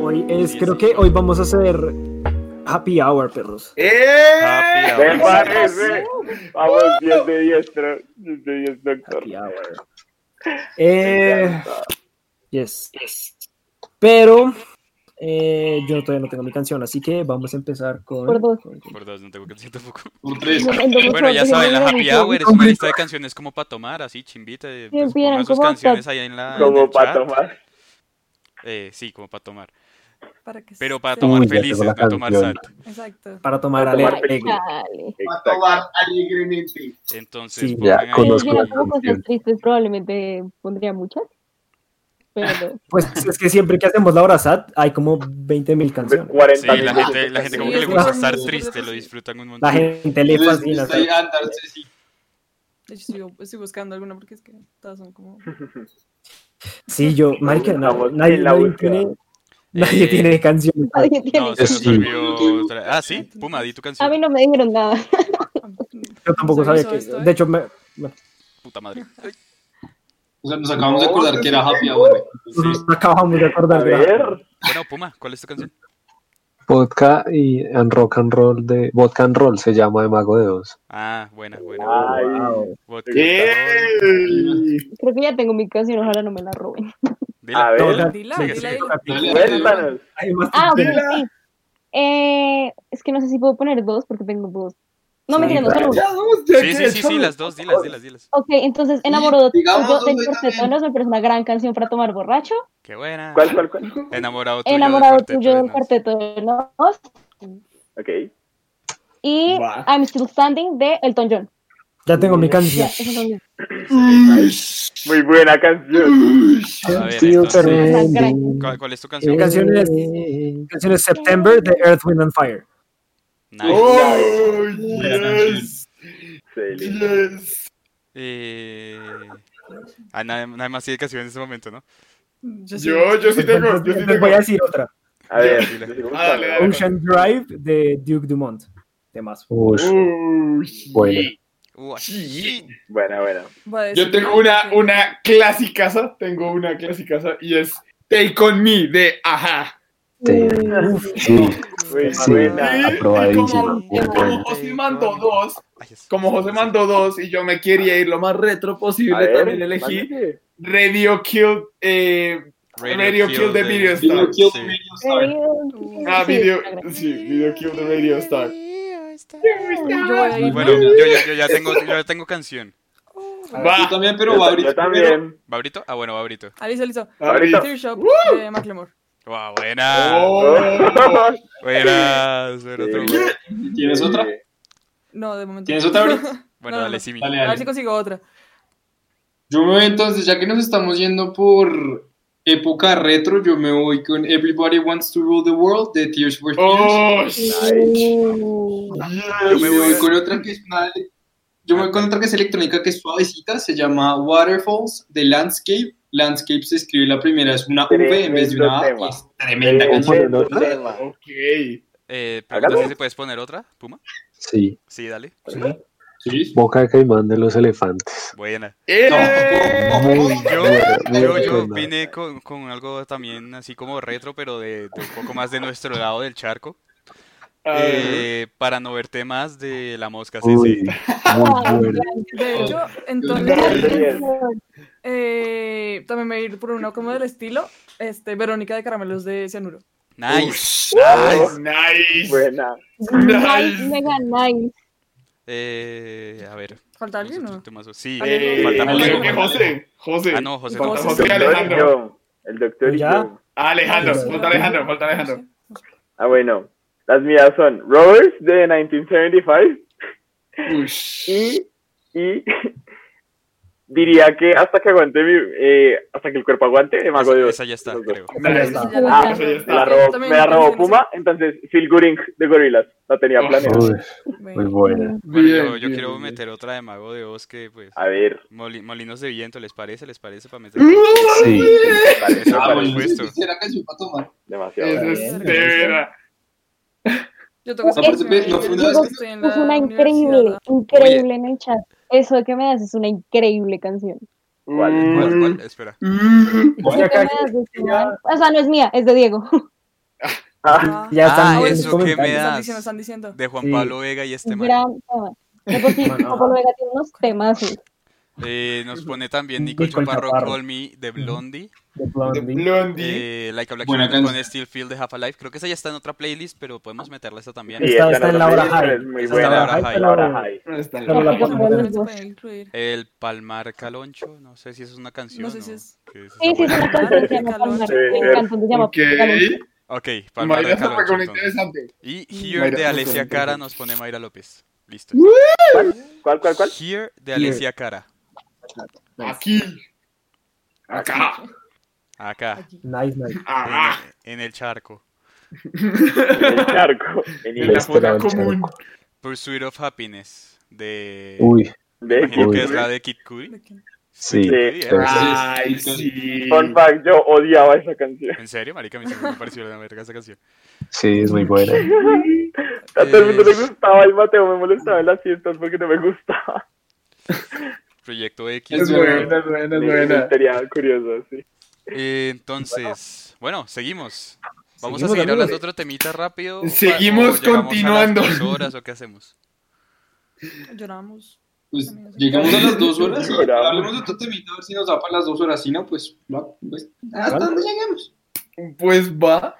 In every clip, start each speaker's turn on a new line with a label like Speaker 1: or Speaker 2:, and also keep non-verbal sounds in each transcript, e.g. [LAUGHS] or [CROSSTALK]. Speaker 1: hoy es, creo que hoy vamos a hacer happy hour, perros.
Speaker 2: ¡Eh!
Speaker 3: Happy
Speaker 4: Me
Speaker 3: hour.
Speaker 4: parece. Vamos, 10 de 10, tro- 10 de 10, doctor.
Speaker 1: Happy hour. Eh, yes. Pero eh, yo todavía no tengo mi canción, así que vamos a empezar con.
Speaker 5: Por dos.
Speaker 1: con-
Speaker 3: Por dos, no tengo canción
Speaker 6: [LAUGHS]
Speaker 3: tampoco.
Speaker 2: Por tres.
Speaker 3: Bueno, ya saben, la happy hour es una lista de canciones como para tomar, así, chimbita. eh, Pues,
Speaker 5: pidan
Speaker 3: pongan sus
Speaker 5: como
Speaker 3: canciones ahí en la. Ah, en el
Speaker 4: Como para
Speaker 3: chat.
Speaker 4: tomar.
Speaker 3: Eh, sí, como para tomar.
Speaker 7: Para que
Speaker 3: Pero para
Speaker 7: se-
Speaker 3: tomar
Speaker 6: Uy, ya
Speaker 3: felices,
Speaker 6: llegó la
Speaker 3: no tomar
Speaker 6: canción.
Speaker 3: santo.
Speaker 7: Exacto.
Speaker 1: Para tomar
Speaker 4: Para tomar
Speaker 1: alegre.
Speaker 5: Chale.
Speaker 2: Va a
Speaker 4: Exacto.
Speaker 2: tomar alegremente.
Speaker 3: Entonces,
Speaker 1: Sí,
Speaker 6: ya,
Speaker 3: pongan ahí-
Speaker 5: Si
Speaker 6: Conozco
Speaker 5: yo no
Speaker 6: la
Speaker 5: pongo cosas
Speaker 6: canción.
Speaker 5: tristes, probablemente pondría muchas.
Speaker 3: [LAUGHS]
Speaker 5: Pero
Speaker 1: Pues es que siempre que hacemos la hora SAT hay como 20 mil canciones.
Speaker 4: 40
Speaker 3: Sí, la
Speaker 4: minutos.
Speaker 3: gente, la gente como
Speaker 7: Sí,
Speaker 3: que le
Speaker 7: es
Speaker 3: gusta
Speaker 7: verdad.
Speaker 3: estar triste, lo disfrutan un montón.
Speaker 1: La gente le
Speaker 2: Les
Speaker 1: fascina.
Speaker 2: gusta
Speaker 1: ¿sabes?
Speaker 2: andarse sí.
Speaker 7: De hecho, estoy, estoy buscando alguna porque es que todas son como.
Speaker 1: Sí, yo, marica, no,
Speaker 4: Estamos
Speaker 1: nadie,
Speaker 4: en la
Speaker 1: nadie
Speaker 4: búsqueda.
Speaker 1: tiene, nadie
Speaker 3: Eh,
Speaker 1: tiene canciones. ¿sabes?
Speaker 5: nadie tiene.
Speaker 3: No,
Speaker 6: [LAUGHS]
Speaker 3: se nos
Speaker 6: Sí.
Speaker 3: olvidó otra- Ah, sí, Puma, di tu
Speaker 5: A mí
Speaker 3: canción.
Speaker 5: no me dijeron nada. [LAUGHS]
Speaker 1: Yo tampoco
Speaker 7: ¿Se
Speaker 1: sabía
Speaker 7: hizo
Speaker 1: que.
Speaker 7: esto, eh?
Speaker 1: De hecho, me- bueno,
Speaker 3: Puta madre.
Speaker 2: O sea, nos acabamos de acordar que era happy hour.
Speaker 1: nos acabamos de
Speaker 4: A
Speaker 1: acordar.
Speaker 4: ver.
Speaker 1: ¿verdad?
Speaker 3: Bueno, Puma, ¿cuál es tu canción?
Speaker 6: Vodka y and rock and roll de vodka and roll se llama de Mago de Oz.
Speaker 3: Ah, buena, buena.
Speaker 4: Ay.
Speaker 1: Wow.
Speaker 3: Vodka, roll.
Speaker 4: ¡Ey!
Speaker 5: Creo que ya tengo mi canción, ojalá no me la
Speaker 3: [LAUGHS]
Speaker 5: roben.
Speaker 3: Dila.
Speaker 4: A
Speaker 1: Todo
Speaker 4: ver,
Speaker 1: la-
Speaker 7: Dila,
Speaker 1: sigue,
Speaker 7: dila,
Speaker 1: sigue.
Speaker 2: dila.
Speaker 4: cuéntanos.
Speaker 1: Hay más
Speaker 5: Ah, bueno,
Speaker 1: canciones.
Speaker 5: sí. Eh, es que no sé si puedo poner dos porque tengo dos. No,
Speaker 1: Sí,
Speaker 5: me no solo una.
Speaker 3: Sí, sí, sí, sí, las dos, dilas, dilas, dilas.
Speaker 5: Ok, entonces, Enamorado
Speaker 2: digamos
Speaker 5: tuyo
Speaker 2: dos
Speaker 5: del
Speaker 2: hoy
Speaker 5: Cuarteto de
Speaker 2: también.
Speaker 5: Nos me parece una gran canción para tomar borracho.
Speaker 3: Qué buena.
Speaker 4: ¿Cuál, cuál, cuál?
Speaker 3: Enamorado tuyo. del
Speaker 5: Enamorado
Speaker 3: cuarteto
Speaker 5: tuyo
Speaker 3: de
Speaker 5: del
Speaker 3: Nos.
Speaker 5: Cuarteto de Nos.
Speaker 4: Ok.
Speaker 5: Y
Speaker 1: Buah.
Speaker 5: I'm Still Standing de Elton John.
Speaker 1: Ya tengo mi
Speaker 5: Ya,
Speaker 1: canción.
Speaker 5: esas son mis-
Speaker 4: Muy buena canción.
Speaker 3: A ver,
Speaker 6: Sí,
Speaker 3: entonces,
Speaker 6: pero-
Speaker 5: esas gran-
Speaker 3: ¿cuál, cuál es tu
Speaker 1: Mi
Speaker 3: canción?
Speaker 1: canción es, mi canción es September de Earth, Wind and Fire.
Speaker 3: Nice.
Speaker 8: Oh.
Speaker 2: yes.
Speaker 4: Excelente.
Speaker 2: Yes.
Speaker 3: Eh... Ah, nada, nada más tiene canción en ese momento, ¿no?
Speaker 7: Yo, sí-
Speaker 2: Yo, yo sí tengo, yo
Speaker 1: Entonces,
Speaker 2: sí
Speaker 1: les voy a
Speaker 2: tengo.
Speaker 1: decir otra.
Speaker 4: A ver,
Speaker 3: Dila.
Speaker 4: decimos
Speaker 2: Ah, dale,
Speaker 4: cuál.
Speaker 2: dale.
Speaker 1: Ocean Drive de Duke Dumont. Temazo.
Speaker 6: Uy,
Speaker 2: Uy,
Speaker 6: Buena.
Speaker 3: Uy,
Speaker 2: sí.
Speaker 4: Buena, buena.
Speaker 7: voy a decir
Speaker 2: Yo tengo una,
Speaker 7: que-
Speaker 2: una clásica, tengo una clásica y es Take on Me de Ajá.
Speaker 6: te- sí,
Speaker 4: Muy
Speaker 6: Sí.
Speaker 4: buena.
Speaker 6: aprobadísima.
Speaker 2: como-
Speaker 6: muy
Speaker 2: Como
Speaker 6: buena.
Speaker 2: José mandó dos,
Speaker 3: ay, es-
Speaker 2: como José mandó dos y yo me quería ir lo más retro posible,
Speaker 4: A ver,
Speaker 2: también elegí
Speaker 4: mándale.
Speaker 2: Radio Kill, eh, Radio, Kill, the Video Star.
Speaker 3: Video Kill the
Speaker 2: Sí.
Speaker 3: Video
Speaker 2: Ah,
Speaker 5: Sí,
Speaker 2: video,
Speaker 5: está gran.
Speaker 2: sí, Video Kill the Radio Star.
Speaker 7: Yo voy a ir-
Speaker 3: Bueno, yo, yo, yo ya tengo, yo ya tengo canción.
Speaker 2: Va, también,
Speaker 4: Yo, yo también.
Speaker 3: ¿Babrito? Ah, bueno, Babrito.
Speaker 7: Aliso, Aliso.
Speaker 4: Ahorita.
Speaker 7: Tear Shop de Macklemore.
Speaker 3: Wow, buena.
Speaker 2: Oh.
Speaker 3: Buenas. Era otro.
Speaker 4: Sí.
Speaker 2: ¿Tienes otra?
Speaker 7: No, de momento.
Speaker 2: ¿Tienes otra, Brit?
Speaker 3: Bueno,
Speaker 7: No, no,
Speaker 3: dale,
Speaker 7: no.
Speaker 3: Simi.
Speaker 7: [LAUGHS] A ver si consigo otra.
Speaker 2: Yo me voy entonces, ya que nos estamos yendo por época retro, yo me voy con Everybody Wants to Rule the World de Tears for Fears. Oh, yo me voy con otra que es una- yo me voy con otra que es electrónica que es suavecita, se llama Waterfalls de Landscape. Landscape se escribe la primera, es una V en vez de una A.
Speaker 4: Tremendo
Speaker 2: y Es tremenda canción.
Speaker 4: Tremendo tema.
Speaker 2: Ok.
Speaker 3: Eh, pregunta
Speaker 4: Hágalo.
Speaker 3: si se puedes poner otra, Puma.
Speaker 6: Sí,
Speaker 3: Sí, dale.
Speaker 2: Sí.
Speaker 6: boca de caimán de los elefantes.
Speaker 3: Buena.
Speaker 2: No.
Speaker 6: Muy
Speaker 3: Yo,
Speaker 6: buena, muy
Speaker 3: yo, yo
Speaker 6: buena.
Speaker 3: vine con, con algo también así como retro, pero de, de un poco más de nuestro lado del charco. Eh, para no verte más de la mosca sí,
Speaker 6: Uy,
Speaker 3: sí.
Speaker 6: muy buena.
Speaker 2: Oh.
Speaker 7: De hecho,
Speaker 2: Dale.
Speaker 7: entonces
Speaker 4: Bien.
Speaker 7: eh, también me voy a ir por una como del estilo. Este, Verónica de Caramelos de Cianuro.
Speaker 3: Nice.
Speaker 4: Nice.
Speaker 2: oh, Nice.
Speaker 4: [LAUGHS] Buena.
Speaker 5: Nice, mega nice.
Speaker 3: Eh, a ver.
Speaker 7: ¿Falta
Speaker 3: vamos
Speaker 7: alguien
Speaker 3: a
Speaker 7: o
Speaker 3: otro
Speaker 7: no?
Speaker 3: temazo. Sí,
Speaker 7: Eh,
Speaker 3: falta
Speaker 7: Alejandro.
Speaker 2: Creo que
Speaker 3: José.
Speaker 2: José, José.
Speaker 3: Ah, no, José.
Speaker 7: Falta
Speaker 3: José.
Speaker 2: José
Speaker 4: El doctor y
Speaker 2: Alejandro.
Speaker 4: yo. El doctor y
Speaker 1: ¿Ya?
Speaker 4: yo.
Speaker 2: Alejandro,
Speaker 1: Sí.
Speaker 2: falta Alejandro, falta Alejandro.
Speaker 4: Ah, bueno. Las mías son Rollers de 1975
Speaker 2: Ush.
Speaker 7: Eh,
Speaker 4: y, y [LAUGHS] diría que hasta que aguante mi, eh, hasta que el cuerpo aguante de Mago de
Speaker 3: Esa,
Speaker 4: Oz.
Speaker 3: esa ya está,
Speaker 4: Los dos.
Speaker 3: creo.
Speaker 2: Nice.
Speaker 7: Ya
Speaker 5: Ah,
Speaker 7: la-
Speaker 2: eso ya está.
Speaker 4: Me la robó,
Speaker 7: También
Speaker 4: me la robó
Speaker 7: canciones.
Speaker 4: Puma, entonces Phil Gooding de Gorillaz. La tenía
Speaker 2: Oh.
Speaker 4: planeada.
Speaker 6: Uy,
Speaker 7: Bueno.
Speaker 6: muy buena.
Speaker 3: Bueno, yo-
Speaker 2: Bien,
Speaker 3: yo,
Speaker 2: bien,
Speaker 3: quiero
Speaker 2: bien.
Speaker 3: meter otra de Mago de Oz que, pues,
Speaker 4: A
Speaker 7: [LAUGHS]
Speaker 4: ver.
Speaker 3: moli- molinos de viento, ¿les parece? ¿Les parece para meter?
Speaker 6: Sí,
Speaker 4: Parece,
Speaker 3: Ah,
Speaker 4: parece
Speaker 3: bueno. supuesto.
Speaker 2: Será canción para tomar.
Speaker 4: demasiado.
Speaker 2: Eso
Speaker 4: bueno.
Speaker 2: es de vera.
Speaker 7: Yo toco esa
Speaker 5: Aparte,
Speaker 7: canción
Speaker 2: ve, no fue una-
Speaker 7: porque estoy en
Speaker 5: Es
Speaker 7: la
Speaker 5: una increíble,
Speaker 7: universidad.
Speaker 5: increíble en el chat. Eso que me das es una increíble canción.
Speaker 4: ¿Cuál?
Speaker 2: Uh,
Speaker 3: ¿Cuál, cuál? Espera.
Speaker 5: [LAUGHS] Eso que me das es una- O sea, no es mía, es de Diego.
Speaker 7: Ah,
Speaker 1: Ya están
Speaker 3: Ah,
Speaker 1: en los
Speaker 3: eso que
Speaker 1: comentarios.
Speaker 3: me das.
Speaker 7: están diciendo, están diciendo.
Speaker 3: De Juan
Speaker 1: Sí.
Speaker 3: Pablo Vega y este
Speaker 5: Un
Speaker 3: man.
Speaker 5: gran tema. De por sí,
Speaker 1: Bueno.
Speaker 5: Pablo Vega tiene unos temazos.
Speaker 3: Eh, nos pone también Nico
Speaker 1: Nicole
Speaker 3: Chaparro,
Speaker 1: Chaparro.
Speaker 3: Call Me de Blondie.
Speaker 1: De Blondie.
Speaker 2: uh, Blondie.
Speaker 3: Eh, like a Black
Speaker 2: Buena
Speaker 3: Swan con
Speaker 2: canción.
Speaker 3: Steel Field de Half Alive. Creo que esa ya está en otra playlist, pero podemos meterla esta también.
Speaker 4: Sí,
Speaker 1: Está-
Speaker 4: esa
Speaker 1: está
Speaker 4: no
Speaker 1: en
Speaker 4: la
Speaker 1: la hora
Speaker 4: pedí, pero
Speaker 1: high.
Speaker 4: Es muy
Speaker 1: Está en la
Speaker 4: buena.
Speaker 1: hora high,
Speaker 4: en la hora high.
Speaker 2: No, está
Speaker 1: Pero la
Speaker 5: Ay, yo
Speaker 1: ponemos
Speaker 5: creo
Speaker 1: en-
Speaker 5: los dos.
Speaker 7: Pueden incluir.
Speaker 3: El Palmar Caloncho, no sé si es una canción.
Speaker 7: No sé si
Speaker 3: o
Speaker 7: es-
Speaker 3: qué es esa
Speaker 5: Sí, sí, es
Speaker 3: vaina.
Speaker 5: una canción que se llama Palmar.
Speaker 4: Sí,
Speaker 5: Me encanta, se llama
Speaker 2: Ok.
Speaker 5: Palmar.
Speaker 3: Ok, Palmar
Speaker 2: Mayra
Speaker 3: de
Speaker 2: está
Speaker 3: Caloncho.
Speaker 2: con
Speaker 3: entonces.
Speaker 2: interesante.
Speaker 3: Y Here
Speaker 2: Mayra
Speaker 3: de
Speaker 2: está
Speaker 3: Alessia
Speaker 2: con
Speaker 3: Cara
Speaker 2: interesante.
Speaker 3: nos pone Mayra López. Listo.
Speaker 4: ¿Cuál, cuál, cuál?
Speaker 3: Here de Alessia Cara.
Speaker 2: Aquí. Acá.
Speaker 3: Acá,
Speaker 1: Nice, nice.
Speaker 2: Acá.
Speaker 3: en, en el charco.
Speaker 4: El charco. En
Speaker 2: En la
Speaker 4: inglés.
Speaker 6: Espera,
Speaker 2: fosa
Speaker 6: el
Speaker 2: común.
Speaker 3: Pursuit of Happiness de.
Speaker 6: Uy,
Speaker 4: De
Speaker 3: Imagino
Speaker 6: Uy.
Speaker 3: que es la de Kid Cudi.
Speaker 7: ¿De quién?
Speaker 4: Sí.
Speaker 6: sí.
Speaker 3: Kid Cudi, ¿eh?
Speaker 6: Claro.
Speaker 2: Ay, sí.
Speaker 4: Fun fact, yo odiaba esa canción.
Speaker 3: ¿En serio, marica? A mí siempre me pareció la verga esa canción.
Speaker 6: Sí, es muy buena.
Speaker 4: A todo el mundo le gustaba y Mateo me molestaba en las fiestas porque no me gustaba.
Speaker 3: Proyecto X.
Speaker 2: Es
Speaker 3: Eh,
Speaker 2: buena, es buena, es buena.
Speaker 4: Sería curioso, sí. [LAUGHS]
Speaker 3: entonces, bueno, seguimos. Vamos
Speaker 1: Seguimos,
Speaker 3: a seguir hablando
Speaker 1: amigos.
Speaker 3: otro temita rápido.
Speaker 2: Seguimos
Speaker 3: o llegamos a
Speaker 2: continuando.
Speaker 3: las dos horas o qué hacemos?
Speaker 7: Lloramos.
Speaker 2: Pues, llegamos a
Speaker 8: [LAUGHS]
Speaker 2: las dos horas. y
Speaker 4: Bravo.
Speaker 2: Hablemos de otro temita, a ver si nos da para las dos horas. Si no, pues, va, pues, ¿hasta
Speaker 5: Ah,
Speaker 1: ¿Vale?
Speaker 2: dónde lleguemos? Pues va.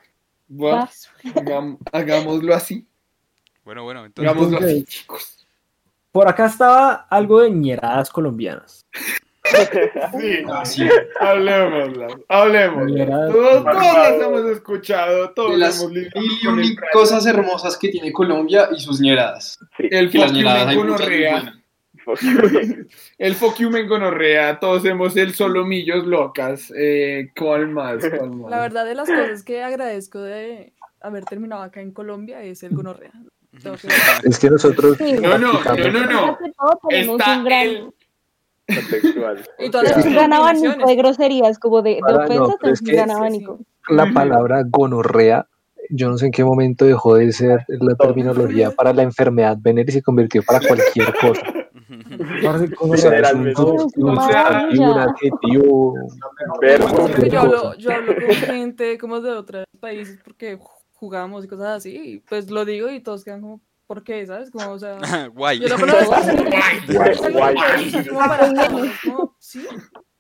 Speaker 5: Va.
Speaker 2: hagámoslo así.
Speaker 3: Bueno, bueno, entonces.
Speaker 2: Hagámoslo
Speaker 1: Entonces-
Speaker 2: así, chicos.
Speaker 1: Por acá estaba algo de ñeradas colombianas.
Speaker 8: Sí,
Speaker 2: Así.
Speaker 8: hablemos, hablemos.
Speaker 1: Ñeradas
Speaker 8: Todos,
Speaker 1: colombianas.
Speaker 8: todos las hemos escuchado, todos
Speaker 2: De las
Speaker 8: hemos
Speaker 2: mil
Speaker 8: lidiado
Speaker 2: y
Speaker 8: con
Speaker 2: un
Speaker 8: el crack.
Speaker 2: cosas hermosas que tiene Colombia y sus ñeradas.
Speaker 8: El
Speaker 2: Que las
Speaker 8: foquium
Speaker 2: ñeradas
Speaker 8: en
Speaker 2: hay muchas muy
Speaker 8: gonorrea,
Speaker 2: buenas.
Speaker 8: el foquium en gonorrea, todos hemos el solomillos locas, eh, ¿cuál más? ¿Cuál más?
Speaker 7: La verdad de las cosas que agradezco de haber terminado acá en Colombia es el gonorrea. Tengo que-
Speaker 6: Es que nosotros.
Speaker 5: Sí.
Speaker 8: No, no, no, no, no.
Speaker 5: Aparte de todo, tenemos
Speaker 8: Está
Speaker 5: un gran,
Speaker 8: el-
Speaker 7: [LAUGHS]
Speaker 4: Contextual.
Speaker 7: Y todas las
Speaker 5: un gran abanico de groserías, como de, de
Speaker 6: Ahora no,
Speaker 5: ofensas,
Speaker 6: pero es
Speaker 5: es un
Speaker 6: que-
Speaker 5: gran
Speaker 7: Sí, sí,
Speaker 5: abanico.
Speaker 6: La palabra gonorrea, yo no sé en qué momento dejó de ser la terminología para la enfermedad venérea y se convirtió para cualquier cosa.
Speaker 1: Parce, ¿cómo se llama?
Speaker 4: Generalmente.
Speaker 6: Un sustantivo, un adjetivo.
Speaker 4: Verbo.
Speaker 7: Porque yo hablo,
Speaker 6: cosas.
Speaker 7: yo hablo con gente como de otros países porque jugamos y cosas así, y pues lo digo y todos quedan como, ¿por qué? ¿Sabes? Como, o sea,
Speaker 3: [LAUGHS] Guay. [LAUGHS]
Speaker 7: yo lo conozco.
Speaker 4: Guay, guay.
Speaker 7: Sí,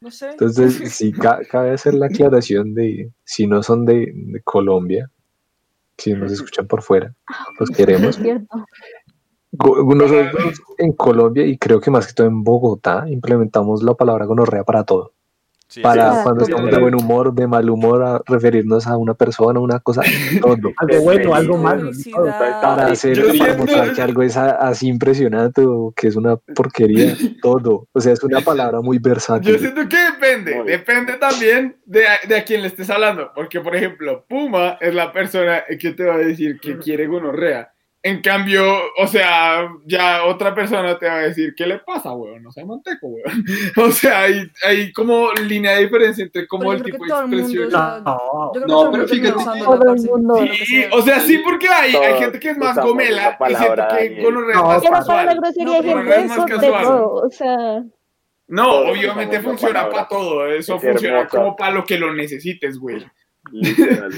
Speaker 7: no sé.
Speaker 6: Entonces, sí, ca- cabe hacer la aclaración de si no son de, de Colombia, si nos escuchan por fuera, los
Speaker 5: Es
Speaker 6: queremos.
Speaker 5: cierto.
Speaker 6: Go- Nosotros en Colombia y creo que más que todo en Bogotá implementamos la palabra gonorrea para todo.
Speaker 3: Sí,
Speaker 6: Para
Speaker 5: sí.
Speaker 6: cuando estamos de buen humor, de mal humor, a referirnos a una persona, una cosa, todo.
Speaker 1: Algo bueno, algo malo.
Speaker 7: Felicidad.
Speaker 6: Para hacer,
Speaker 8: Yo
Speaker 6: para
Speaker 8: siento-
Speaker 6: mostrar que algo es a- así impresionante o que es una
Speaker 8: [LAUGHS]
Speaker 6: porquería, todo. O sea, es una palabra muy versátil.
Speaker 8: Yo siento que depende, depende también de a, de a quién le estés hablando, porque por ejemplo, Puma es la persona que te va a decir que quiere gonorrea. En cambio, o sea, ya otra persona te va a decir, ¿qué le pasa, weón? No sea manteco, weón. [LAUGHS] O sea, hay, hay como línea de diferencia entre como
Speaker 7: Pero
Speaker 8: el
Speaker 7: yo creo
Speaker 8: tipo
Speaker 7: que
Speaker 8: de
Speaker 7: todo el mundo
Speaker 8: expresión.
Speaker 1: No,
Speaker 7: Yo creo que todo el
Speaker 2: No, pero
Speaker 7: mundo termina
Speaker 2: fíjate
Speaker 7: usando
Speaker 5: que-
Speaker 7: la parcel-
Speaker 5: Todo el
Speaker 7: lo que
Speaker 8: Sí,
Speaker 7: sea.
Speaker 8: o sea, sí, porque hay, hay
Speaker 4: Todos
Speaker 8: gente que es más
Speaker 4: usamos
Speaker 8: gomela
Speaker 4: esa
Speaker 8: y siento
Speaker 4: palabra,
Speaker 8: que
Speaker 4: Daniel.
Speaker 8: gonorrea
Speaker 1: No,
Speaker 8: es
Speaker 5: Pero
Speaker 8: más
Speaker 5: para
Speaker 8: casual.
Speaker 5: la grosería hay
Speaker 7: No, pero
Speaker 5: gente
Speaker 8: no es más
Speaker 5: de eso, de
Speaker 8: casual.
Speaker 5: todo, o sea,
Speaker 8: No,
Speaker 4: Todos
Speaker 8: obviamente
Speaker 4: usamos esa
Speaker 8: funciona
Speaker 4: palabra.
Speaker 8: para todo, eso
Speaker 4: Es
Speaker 8: funciona
Speaker 4: hermosa.
Speaker 8: como para lo que lo necesites, güey.
Speaker 4: Literal.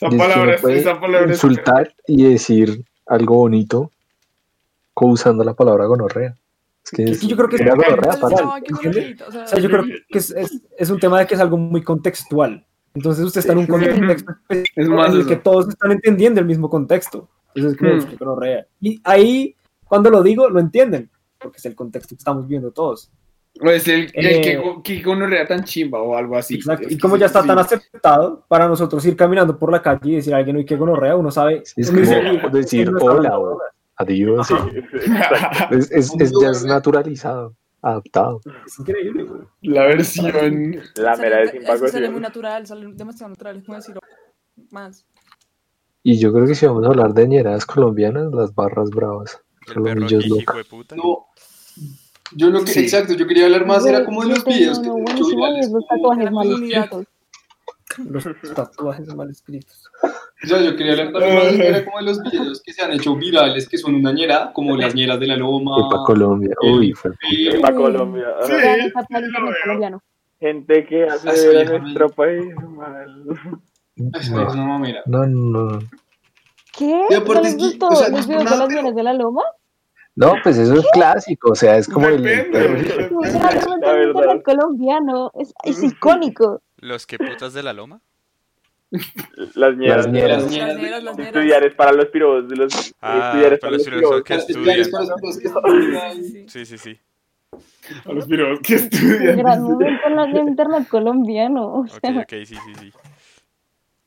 Speaker 8: Esa
Speaker 6: Dice que
Speaker 8: palabra,
Speaker 6: no puede
Speaker 8: esa palabra es-
Speaker 6: insultar y decir algo bonito co- usando la palabra gonorrea. Es que,
Speaker 1: Es que yo creo que es-
Speaker 6: era gonorrea,
Speaker 7: Entonces,
Speaker 6: para-
Speaker 7: no, hay que
Speaker 1: ¿entiendes?
Speaker 7: gonorreíta, o sea,
Speaker 1: O sea, yo creo que es, es- es un tema de que es algo muy contextual. Entonces usted está en un contexto específico
Speaker 8: [LAUGHS] Es más
Speaker 1: en el
Speaker 8: eso.
Speaker 1: que todos están entendiendo el mismo contexto. Entonces es como,
Speaker 8: Hmm.
Speaker 1: "Uy, qué gonorrea". Y ahí, cuando lo digo, lo entienden, porque es el contexto que estamos viendo todos.
Speaker 8: O es Pues, el, el que,
Speaker 1: Eh,
Speaker 8: go- que gonorrea tan chimba o algo así.
Speaker 1: Exacto.
Speaker 8: Es
Speaker 1: Y
Speaker 8: que
Speaker 1: como
Speaker 8: sí,
Speaker 1: ya está
Speaker 8: sí.
Speaker 1: tan aceptado, para nosotros ir caminando por la calle y decir a alguien, uy, qué gonorrea, uno sabe.
Speaker 6: es
Speaker 1: uno dice,
Speaker 6: como
Speaker 1: "Uy,
Speaker 6: decir
Speaker 1: no está
Speaker 6: hola
Speaker 1: hablando".
Speaker 6: o adiós. Es, es- es- ya es naturalizado, adaptado.
Speaker 1: Es increíble, güey.
Speaker 8: La versión.
Speaker 4: La
Speaker 7: sale-
Speaker 4: mera
Speaker 7: es que sale muy
Speaker 4: desimpagación.
Speaker 7: natural, sale demasiado natural, es como decir más.
Speaker 6: Y yo creo que si vamos a hablar de ñeradas colombianas, las barras bravas.
Speaker 3: el perro
Speaker 6: Colomillos
Speaker 3: aquí, hijo
Speaker 6: loca.
Speaker 3: de puta.
Speaker 2: No, yo lo que,
Speaker 8: Sí.
Speaker 2: exacto, yo quería hablar más, era
Speaker 5: güey,
Speaker 2: como de
Speaker 5: yo
Speaker 2: los
Speaker 5: tengo
Speaker 2: videos que
Speaker 5: uno
Speaker 2: han hecho
Speaker 5: buenísimo y
Speaker 2: virales.
Speaker 5: es los tatuajes mal
Speaker 7: Comunidad.
Speaker 5: escritos.
Speaker 1: Los tatuajes mal escritos.
Speaker 2: O sea, yo quería hablar
Speaker 8: [LAUGHS]
Speaker 2: también más, era como de los videos que se han hecho virales, que son una ñera, como las ñeras de la
Speaker 6: Epa
Speaker 2: loma.
Speaker 6: Colombia. Uy, fue
Speaker 2: eh,
Speaker 4: Para Colombia.
Speaker 8: Sí.
Speaker 5: Ya no está tan colombiano.
Speaker 4: Gente que hace
Speaker 2: Así,
Speaker 4: ver a
Speaker 2: mami.
Speaker 4: nuestro país mal.
Speaker 2: Eso es
Speaker 6: No,
Speaker 2: una mamera.
Speaker 6: no, no. no.
Speaker 5: ¿Qué?
Speaker 2: Y aparte
Speaker 5: ¿No
Speaker 2: es
Speaker 5: les
Speaker 2: que,
Speaker 5: gustó
Speaker 2: o sea, no
Speaker 5: los
Speaker 2: es por
Speaker 5: videos de
Speaker 2: nada,
Speaker 5: las
Speaker 2: pero-
Speaker 5: violas de la loma?
Speaker 6: No, pues eso es clásico, o sea, es como el...
Speaker 8: Depende.
Speaker 5: Uy, era algo
Speaker 4: La
Speaker 5: del
Speaker 4: verdad.
Speaker 5: Pues, internet colombiano, es, es icónico.
Speaker 3: Los que putas de la loma.
Speaker 4: Las ñeras.
Speaker 6: Las ñeras.
Speaker 2: Las
Speaker 7: Las
Speaker 2: ñeras.
Speaker 7: negras, las negras.
Speaker 4: Estudiar es para los piros. de Los,
Speaker 3: Ah,
Speaker 4: estudiar es
Speaker 3: para los
Speaker 4: piros.
Speaker 3: que
Speaker 2: Las-
Speaker 3: estudian.
Speaker 2: las- las- las-
Speaker 7: Sí, sí.
Speaker 3: Sí, sí, sí.
Speaker 8: A los piros que
Speaker 5: Un gran
Speaker 8: estudian.
Speaker 5: momento en la- en internet colombiano. o
Speaker 3: Ok,
Speaker 7: [LAUGHS]
Speaker 5: sea,
Speaker 3: ok, sí, sí, sí.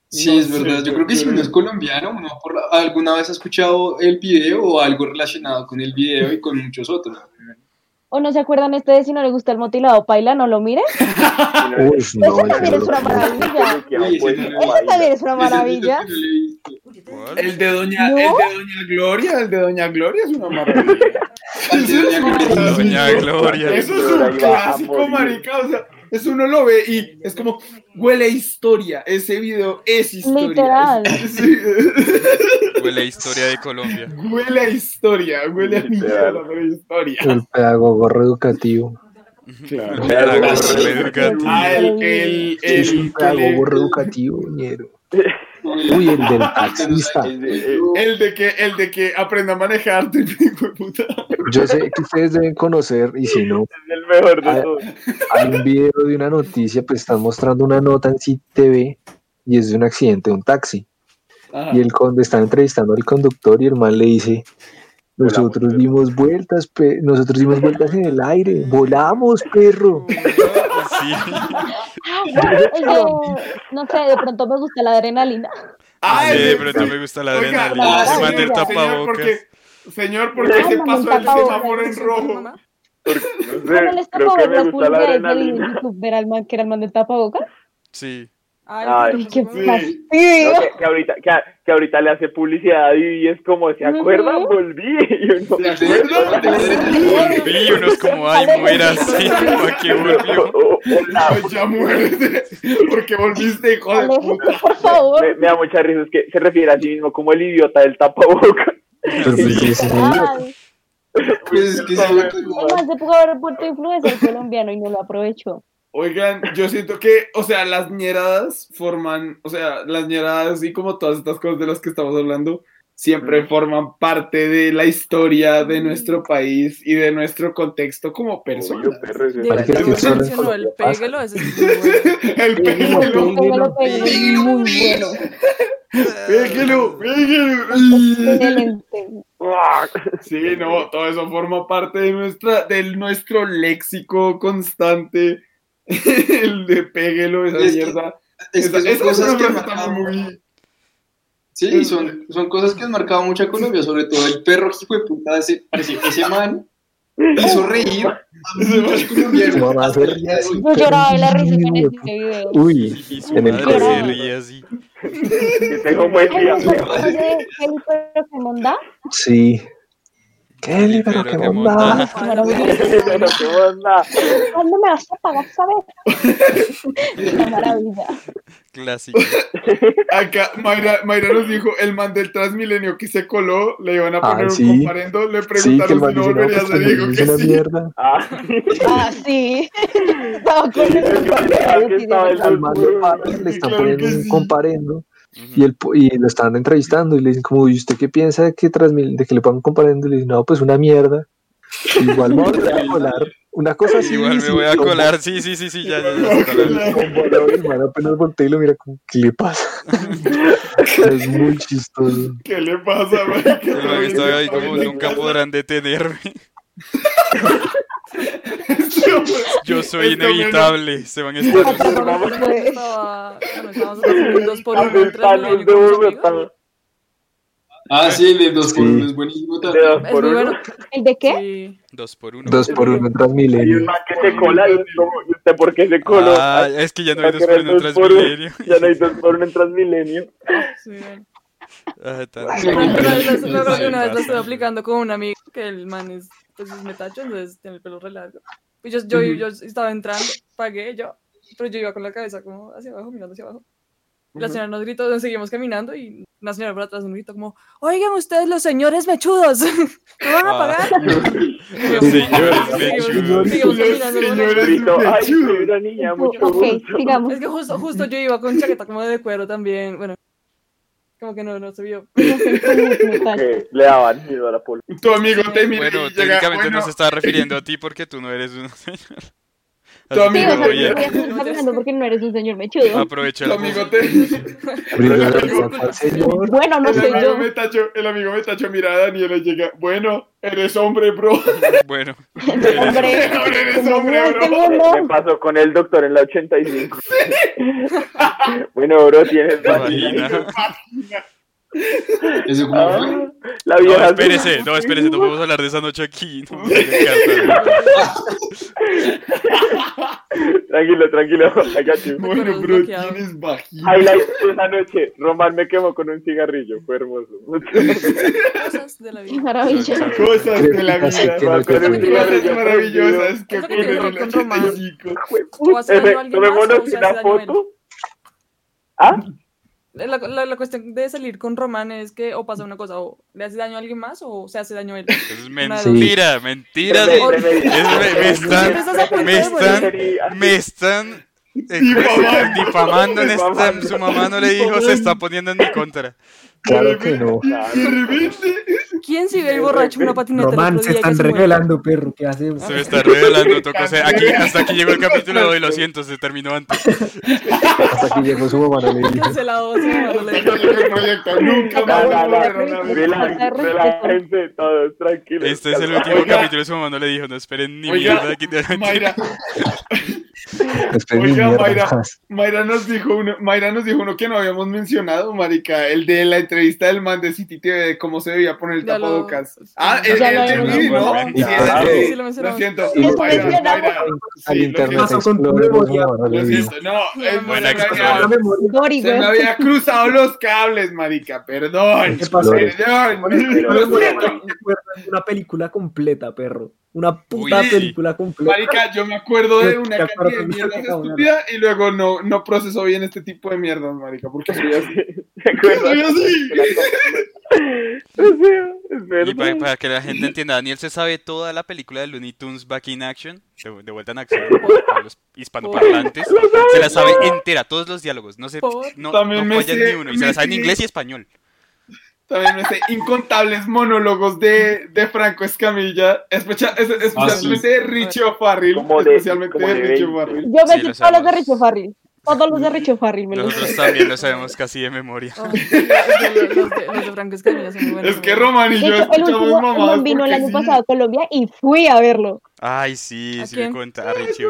Speaker 2: Sí,
Speaker 8: No
Speaker 2: es
Speaker 8: sé,
Speaker 2: verdad. Yo creo que si
Speaker 8: pero-
Speaker 2: uno es colombiano, uno por la- alguna vez ha escuchado el video o algo relacionado con el video y con muchos otros.
Speaker 5: ¿O no se acuerdan ustedes si no le gusta el motilado paila, no lo mire?
Speaker 6: Uy, no,
Speaker 5: Eso también
Speaker 6: eso
Speaker 5: es una
Speaker 6: no.
Speaker 5: maravilla. Eso también es [LAUGHS] una maravilla.
Speaker 2: Ese video yo lo he visto.
Speaker 3: ¿Cuál?
Speaker 8: El de, doña, el
Speaker 5: ¿No?
Speaker 8: de Doña Gloria, el de Doña Gloria es una maravilla. [LAUGHS]
Speaker 2: Al de Doña Gloria.
Speaker 3: Doña Gloria.
Speaker 8: Eso es
Speaker 4: Ahí va a
Speaker 8: un clásico,
Speaker 4: morir.
Speaker 8: marica. O sea, eso uno lo ve y es como, huele a historia. Ese video es historia.
Speaker 5: Literal.
Speaker 8: [LAUGHS] Sí.
Speaker 3: Huele a historia de Colombia.
Speaker 8: [LAUGHS] huele a historia, huele a
Speaker 4: Literal.
Speaker 8: mierda, pero historia.
Speaker 6: El pedagogo reeducativo.
Speaker 8: Claro.
Speaker 3: Huele a
Speaker 4: Claro.
Speaker 3: Colombia educativa.
Speaker 8: Ah, el, el,
Speaker 6: Es
Speaker 8: el,
Speaker 6: un pedagogo reeducativo, ñero. Uy, el del taxista.
Speaker 2: Pues,
Speaker 8: el de que, el de que aprenda a manejar, [LAUGHS] te digo, puta.
Speaker 6: Yo sé que ustedes deben conocer, y si no,
Speaker 4: Es el mejor de
Speaker 6: Ah,
Speaker 4: todos.
Speaker 6: hay un video de una noticia, pues están mostrando una nota en CTV y es de un accidente de un taxi.
Speaker 8: Ajá.
Speaker 6: Y el conde están entrevistando al conductor y el man le dice, nosotros dimos vueltas, pe- nosotros dimos vueltas en el aire, volamos, perro.
Speaker 3: Sí.
Speaker 5: Ah, El de- no sé, de pronto me gusta la adrenalina.
Speaker 8: Ah,
Speaker 3: Sí,
Speaker 8: el de-
Speaker 3: pero no me gusta la
Speaker 8: Oiga,
Speaker 3: adrenalina.
Speaker 5: ah,
Speaker 3: Se manda el
Speaker 8: señor, señor,
Speaker 3: tapabocas.
Speaker 8: porque- Señor, ¿por qué
Speaker 5: No,
Speaker 8: se
Speaker 5: no,
Speaker 8: pasó
Speaker 5: no,
Speaker 8: el
Speaker 5: tapabocas.
Speaker 8: semáforo en rojo?
Speaker 7: Mamá,
Speaker 5: Bueno,
Speaker 4: No
Speaker 5: les
Speaker 4: sé, Creo que me
Speaker 5: tapabocas
Speaker 4: gusta la
Speaker 5: publicidad del
Speaker 4: adrenalina.
Speaker 5: YouTube, ver al man que era el man del tapabocas.
Speaker 3: Sí.
Speaker 7: Ay,
Speaker 4: Ay,
Speaker 7: no,
Speaker 5: Qué
Speaker 7: no, no,
Speaker 5: fastidio.
Speaker 4: No, que, que ahorita, que, a- que ahorita le hace publicidad y es como, ¿se acuerdan?
Speaker 5: Ujú.
Speaker 4: Volví. [LAUGHS] Y uno,
Speaker 2: ¿Se acuerdan?
Speaker 3: Vi unos como, ay, muérase. ¿Para qué volvió?
Speaker 4: [LAUGHS] o- o- hola.
Speaker 8: Ay, ya muérete, [LAUGHS] porque volviste, hijo de puta.
Speaker 5: Aléjate, [LAUGHS] por favor.
Speaker 4: Me, me da mucha risa, es que se refiere a sí mismo como el idiota del tapabocas.
Speaker 6: Pero [LAUGHS] ¿por qué se murió?
Speaker 5: Ay,
Speaker 2: Pues es que se la cagó.
Speaker 5: El man se pudo haber vuelto influencer colombiano y no lo
Speaker 4: [LAUGHS]
Speaker 5: aprovechó.
Speaker 8: Oigan, yo siento que, o sea, las ñeradas forman, o sea, las ñeradas y como todas estas cosas de las que estamos hablando, siempre forman parte de la historia de nuestro país y de nuestro contexto como
Speaker 4: Obvio,
Speaker 8: personas.
Speaker 4: perro, ese-
Speaker 6: Parece que
Speaker 7: Diego,
Speaker 6: estoy solo en
Speaker 7: mencionó el
Speaker 6: Colombia,
Speaker 7: péguelo, ese es muy bueno.
Speaker 8: El
Speaker 6: Péguelo,
Speaker 8: pégelo,
Speaker 5: Péguelo, péguelo, es muy bueno.
Speaker 8: pégelo, pégelo.
Speaker 5: Excelente.
Speaker 4: ¡Ah!
Speaker 8: [LAUGHS] Sí, no, todo eso forma parte de nuestra, de nuestro léxico constante. [LAUGHS] El de pégelo, esa
Speaker 2: Es que-
Speaker 8: mierda.
Speaker 2: Es que
Speaker 8: Esa-
Speaker 2: son
Speaker 8: Esas
Speaker 2: cosas que
Speaker 8: cosas
Speaker 2: han
Speaker 8: están
Speaker 2: marcado-
Speaker 8: muy...
Speaker 2: Sí, son, son cosas que han marcado mucho a Colombia, sobre todo el perro hijo de puta, ese, ese, ese man hizo reír a muchos
Speaker 6: Tu
Speaker 2: colombianos.
Speaker 6: mamá
Speaker 2: hasta
Speaker 6: se
Speaker 2: el
Speaker 6: ríe
Speaker 2: día de
Speaker 6: así,
Speaker 2: hoy.
Speaker 5: Yo lloraba de la risa
Speaker 6: perro,
Speaker 5: con
Speaker 6: hijo de
Speaker 5: este
Speaker 6: puta.
Speaker 5: video.
Speaker 6: Uy,
Speaker 3: Y su
Speaker 6: En el
Speaker 3: madre se
Speaker 5: corazón.
Speaker 3: ríe así.
Speaker 4: Que tenga un buen
Speaker 5: Ay,
Speaker 4: día. [LAUGHS]
Speaker 5: ¿no se acuerdan de Felipe Roquemondá?
Speaker 6: sí. Kelly, pero
Speaker 3: Pero
Speaker 6: qué
Speaker 3: qué
Speaker 6: bondad.
Speaker 3: monda.
Speaker 5: Qué maravilla.
Speaker 4: Pero qué onda.
Speaker 5: ¿Cuándo me vas a pagar esta vez? Qué maravilla.
Speaker 3: Clásico.
Speaker 8: Acá Mayra, Mayra nos dijo el man del Transmilenio que se coló, le iban a
Speaker 6: Ah,
Speaker 8: poner
Speaker 6: sí.
Speaker 8: un comparendo, le
Speaker 6: Sí, que el
Speaker 8: preguntaron si
Speaker 6: man
Speaker 8: no
Speaker 6: dice, no,
Speaker 8: volvería
Speaker 6: pues,
Speaker 8: a le dijo
Speaker 6: Transmilenio es
Speaker 8: que
Speaker 6: una
Speaker 8: sí. [LAUGHS]
Speaker 6: mierda.
Speaker 4: Ah,
Speaker 5: Ah, sí. Estaba con el
Speaker 4: yo pensaba que estaba el
Speaker 6: Al man de Parra le
Speaker 8: Sí,
Speaker 6: están
Speaker 8: claro
Speaker 6: poniendo
Speaker 8: que
Speaker 6: un
Speaker 8: sí.
Speaker 6: comparendo y,
Speaker 3: Ujú.
Speaker 6: el, po- y lo están entrevistando y le dicen como, ¿y usted qué piensa de que, Transmil- de que le pongan comparendo? Y le dicen, no, pues una mierda. Igual me voy a colar. Una cosa así.
Speaker 3: Igual me
Speaker 6: sí,
Speaker 3: voy a
Speaker 6: como-
Speaker 3: colar. Sí, sí, sí, sí, ya, ya, ya. está la-
Speaker 6: Como la hermana apenas voltea y lo mira como, ¿qué le pasa? es muy chistoso.
Speaker 8: ¿Qué le
Speaker 6: [LAUGHS]
Speaker 8: pasa, marica?
Speaker 3: El man estaba ahí como
Speaker 8: Ese
Speaker 3: nunca podrán detenerme. [LAUGHS]
Speaker 8: hombre-
Speaker 3: Yo soy
Speaker 8: ese hombre
Speaker 3: inevitable. Se van a estar.
Speaker 7: Cuando
Speaker 5: [LAUGHS]
Speaker 7: estaba- cuando estábamos haciendo un dos por uno en
Speaker 4: está luz
Speaker 7: Transmilenio con
Speaker 4: de
Speaker 7: mis
Speaker 4: Bogotá.
Speaker 7: amigos.
Speaker 2: Ah, sí, el de dos por
Speaker 6: Sí.
Speaker 2: uno es buenísimo
Speaker 4: De
Speaker 2: también.
Speaker 4: dos
Speaker 7: Es
Speaker 4: por
Speaker 7: muy
Speaker 4: uno.
Speaker 7: bueno.
Speaker 5: ¿El de qué?
Speaker 7: Sí.
Speaker 3: Dos por uno.
Speaker 6: Dos por uno en
Speaker 4: Y un
Speaker 6: Transmilenio.
Speaker 4: man que se cola. Y es como, ¿y usted por qué se coló?
Speaker 3: Ah,
Speaker 4: Ay,
Speaker 3: es que ya no hay
Speaker 4: ya
Speaker 3: dos
Speaker 4: que
Speaker 3: por
Speaker 4: era
Speaker 3: uno en
Speaker 4: dos por
Speaker 3: [LAUGHS]
Speaker 4: uno.
Speaker 3: Transmilenio.
Speaker 4: Ya no hay dos por uno en Transmilenio.
Speaker 7: sí, bueno.
Speaker 3: Ah, tan-
Speaker 7: Pero una vez la-
Speaker 2: Ay,
Speaker 7: pero una vez la estuve
Speaker 3: bastante.
Speaker 7: aplicando con un amigo que el man es, pues es metacho, entonces tiene el pelo re largo. Y yo, yo, yo estaba entrando, pagué yo, pero yo iba con la cabeza como hacia abajo, mirando hacia abajo. La señora nos gritó, nos seguimos caminando y una señora por atrás nos gritó como, oigan ustedes los señores mechudos, [LAUGHS] ¿no van a pagar?
Speaker 3: Señores,
Speaker 7: "Pues, Seguimos-
Speaker 3: mechudos.
Speaker 7: seguimos
Speaker 8: Los
Speaker 7: caminando, bueno.
Speaker 8: señores
Speaker 4: Grito, ay, soy
Speaker 8: mechudos.
Speaker 4: una niña, mucho
Speaker 5: ok,
Speaker 4: gusto.
Speaker 5: sigamos.
Speaker 7: Es que justo, justo yo iba con chaqueta como de cuero también, bueno, como que no, no se vio.
Speaker 4: Que le daban miedo a la policía.
Speaker 8: Tu amigo te mira
Speaker 3: Bueno,
Speaker 8: y llega,
Speaker 3: técnicamente
Speaker 8: bueno,
Speaker 3: no se está refiriendo a ti porque tú no eres un [LAUGHS] señor.
Speaker 8: Tu
Speaker 3: Así
Speaker 5: Sí,
Speaker 8: amigo
Speaker 5: o
Speaker 3: que,
Speaker 5: sea,
Speaker 8: te-
Speaker 3: oye, Ah,
Speaker 5: no voy a estar caminando porque no eres un señor mechudo.
Speaker 3: aprovecha
Speaker 8: tu
Speaker 3: la
Speaker 8: amigo
Speaker 3: cosa.
Speaker 8: te...
Speaker 6: Brindar la copa al señor.
Speaker 5: Bueno, no
Speaker 8: El
Speaker 5: soy
Speaker 8: amigo,
Speaker 5: yo.
Speaker 8: me tacho, el amigo me tacho mira a Daniela y llega, bueno, eres hombre, bro.
Speaker 3: Bueno,
Speaker 5: Hombre,
Speaker 8: Ahora eres
Speaker 5: como
Speaker 8: hombre,
Speaker 5: vivo en este
Speaker 8: bro.
Speaker 4: Me
Speaker 5: mundo,
Speaker 4: pasó con el doctor en la 85. [LAUGHS] bueno, bro, tienes
Speaker 3: vagina.
Speaker 4: vagina.
Speaker 2: Eso como,
Speaker 4: Ah, la
Speaker 3: No,
Speaker 4: vieja.
Speaker 3: espérese, no, espérese, no podemos hablar de esa noche aquí. No, me
Speaker 7: [LAUGHS]
Speaker 3: encanta.
Speaker 4: Tranquilo, tranquilo. I got you.
Speaker 8: Bueno,
Speaker 7: Recuerdos
Speaker 8: bro,
Speaker 7: bloqueados.
Speaker 8: tienes vagina.
Speaker 4: Highlight de esa noche. Román me quemó con un cigarrillo. Fue
Speaker 3: [LAUGHS]
Speaker 4: hermoso.
Speaker 7: Cosas de la vida.
Speaker 5: maravilla.
Speaker 8: Cosas de la
Speaker 6: Así
Speaker 8: vida.
Speaker 6: que no
Speaker 4: Román con
Speaker 6: quiero
Speaker 4: un
Speaker 6: que-
Speaker 4: cigarrillo.
Speaker 8: Cosas
Speaker 3: este
Speaker 8: maravillosas que
Speaker 7: Eso que
Speaker 4: ocurren
Speaker 7: te
Speaker 8: ocurren
Speaker 7: digo
Speaker 8: en el
Speaker 7: con Román.
Speaker 8: 85.
Speaker 7: O hacer algo a alguien más, o
Speaker 4: Tomémonos
Speaker 7: hacer
Speaker 4: una
Speaker 7: daño a él.
Speaker 4: foto. ¿Ah?
Speaker 7: Eh, La, la- la cuestión de salir con Román es que o pasa una cosa, o le hace daño a alguien más o se hace
Speaker 5: [LAUGHS]
Speaker 7: daño a él.
Speaker 3: Eso es mentira, mentira.
Speaker 4: Tremendo,
Speaker 3: de-
Speaker 4: tremendo.
Speaker 3: Eso me- me están-
Speaker 7: Estás a punto
Speaker 3: me
Speaker 7: de
Speaker 3: están-
Speaker 7: morir.
Speaker 3: Me están eh,
Speaker 8: Difamando.
Speaker 3: difamando en esta. Su mamá no le dijo, se está poniendo en mi contra.
Speaker 6: Claro que no.
Speaker 8: [LAUGHS] Y de repente,
Speaker 7: ¿Quién si ve el borracho en una patineta el
Speaker 1: Román,
Speaker 7: otro
Speaker 1: se
Speaker 7: día que
Speaker 1: están
Speaker 7: se muere?
Speaker 1: revelando, perro, ¿qué hacemos?
Speaker 3: Se me está revelando, tocó ser- aquí Hasta aquí llegó el capítulo de hoy, lo siento, se terminó antes.
Speaker 6: Hasta que llegó su mamá, no le
Speaker 7: [LAUGHS]
Speaker 6: dijo.
Speaker 7: Cancelado, sí, no
Speaker 8: [LAUGHS]
Speaker 7: le digo.
Speaker 8: el proyecto nunca más
Speaker 4: No, no, no.
Speaker 8: volverán a ver.
Speaker 4: Relax, relájense todos, tranquilos.
Speaker 3: Este es el último
Speaker 8: Oiga.
Speaker 3: capítulo, su mamá no le dijo, no esperen ni
Speaker 8: Oiga,
Speaker 3: mierda. que-
Speaker 8: Mayra,
Speaker 6: Después de mi
Speaker 8: Oiga,
Speaker 6: mierda,
Speaker 8: Mayra.
Speaker 6: jamás.
Speaker 8: Mayra nos dijo uno, Mayra nos dijo uno que no habíamos mencionado, marica, el de la entrevista del man de City TV de cómo se debía poner el
Speaker 7: Ya lo-
Speaker 8: tapabocas. Ah, el,
Speaker 5: Ya
Speaker 8: el
Speaker 5: lo
Speaker 8: de
Speaker 5: hemos
Speaker 8: Luis, ¿no?
Speaker 3: mencionado.
Speaker 8: Sí,
Speaker 6: Ah,
Speaker 8: el de-
Speaker 7: sí, lo mencionamos.
Speaker 8: lo siento.
Speaker 6: Sí, lo
Speaker 8: Mayra,
Speaker 5: mencionamos.
Speaker 8: Mayra,
Speaker 6: Al
Speaker 8: sí, lo
Speaker 6: internet
Speaker 8: siento.
Speaker 1: Pasó con tu
Speaker 6: exploró, su
Speaker 1: memoria.
Speaker 6: mamá, no le
Speaker 8: Lo
Speaker 6: dijo.
Speaker 8: siento, no, es
Speaker 3: Buena
Speaker 8: se me
Speaker 3: expresión.
Speaker 8: había-
Speaker 1: La memoria.
Speaker 5: Dori,
Speaker 8: se me
Speaker 5: güey.
Speaker 8: había cruzado los cables, marica, perdón.
Speaker 1: ¿Qué pasó?
Speaker 8: Perdón.
Speaker 1: Yo me acuerdo de una película completa, perro. Una puta
Speaker 3: Uy, sí.
Speaker 1: película completa.
Speaker 8: Marica, yo me acuerdo de una
Speaker 1: Te acuerdo,
Speaker 8: cantidad de
Speaker 1: no te
Speaker 8: mierdas
Speaker 1: acuerdo,
Speaker 8: estúpidas y luego no, no procesó bien este tipo de mierdas, marica, porque soy así.
Speaker 4: ¿Te
Speaker 8: Soy
Speaker 4: acuerdas?
Speaker 8: así.
Speaker 4: O sea, es
Speaker 3: Y pa- para,
Speaker 4: verdad.
Speaker 3: que la
Speaker 7: [LAUGHS]
Speaker 3: gente entienda, Daniel se sabe toda la película de Looney Tunes Back in Action, de, de vuelta en acción, para los hispanoparlantes. Se la sabe entera, todos los diálogos, no se
Speaker 7: Por-
Speaker 3: no,
Speaker 8: También
Speaker 3: no
Speaker 8: me
Speaker 3: fallan
Speaker 8: sé-
Speaker 3: ni uno, y se la
Speaker 8: me
Speaker 3: sabe en
Speaker 8: sé-
Speaker 3: inglés y español.
Speaker 8: También me sé incontables monólogos de, de Franco Escamilla, especia- es- especialmente de Richie O'Farrill,
Speaker 4: Como de-
Speaker 8: especialmente
Speaker 4: como
Speaker 8: de
Speaker 4: de
Speaker 8: Richie
Speaker 4: 20.
Speaker 8: O'Farrill.
Speaker 5: Yo me
Speaker 3: Sí, lo
Speaker 5: sé todos los de
Speaker 3: sabemos.
Speaker 5: Richo Farrell. Todos los de Richo Farrell me los sé.
Speaker 3: Nosotros también lo sabemos casi de memoria.
Speaker 7: Oh, sí, los de- los de- los de Franco Escamilla son muy buenos.
Speaker 8: Es que Roman y
Speaker 5: De
Speaker 8: yo
Speaker 5: hecho, el
Speaker 8: escuchamos
Speaker 5: último el
Speaker 8: mamadas
Speaker 5: man vino el
Speaker 8: porque
Speaker 5: año
Speaker 8: sí.
Speaker 5: pasado a Colombia y fui a verlo.
Speaker 3: Ay, sí,
Speaker 7: ¿A
Speaker 3: sí me
Speaker 7: quién?
Speaker 3: cuenta, a Richie.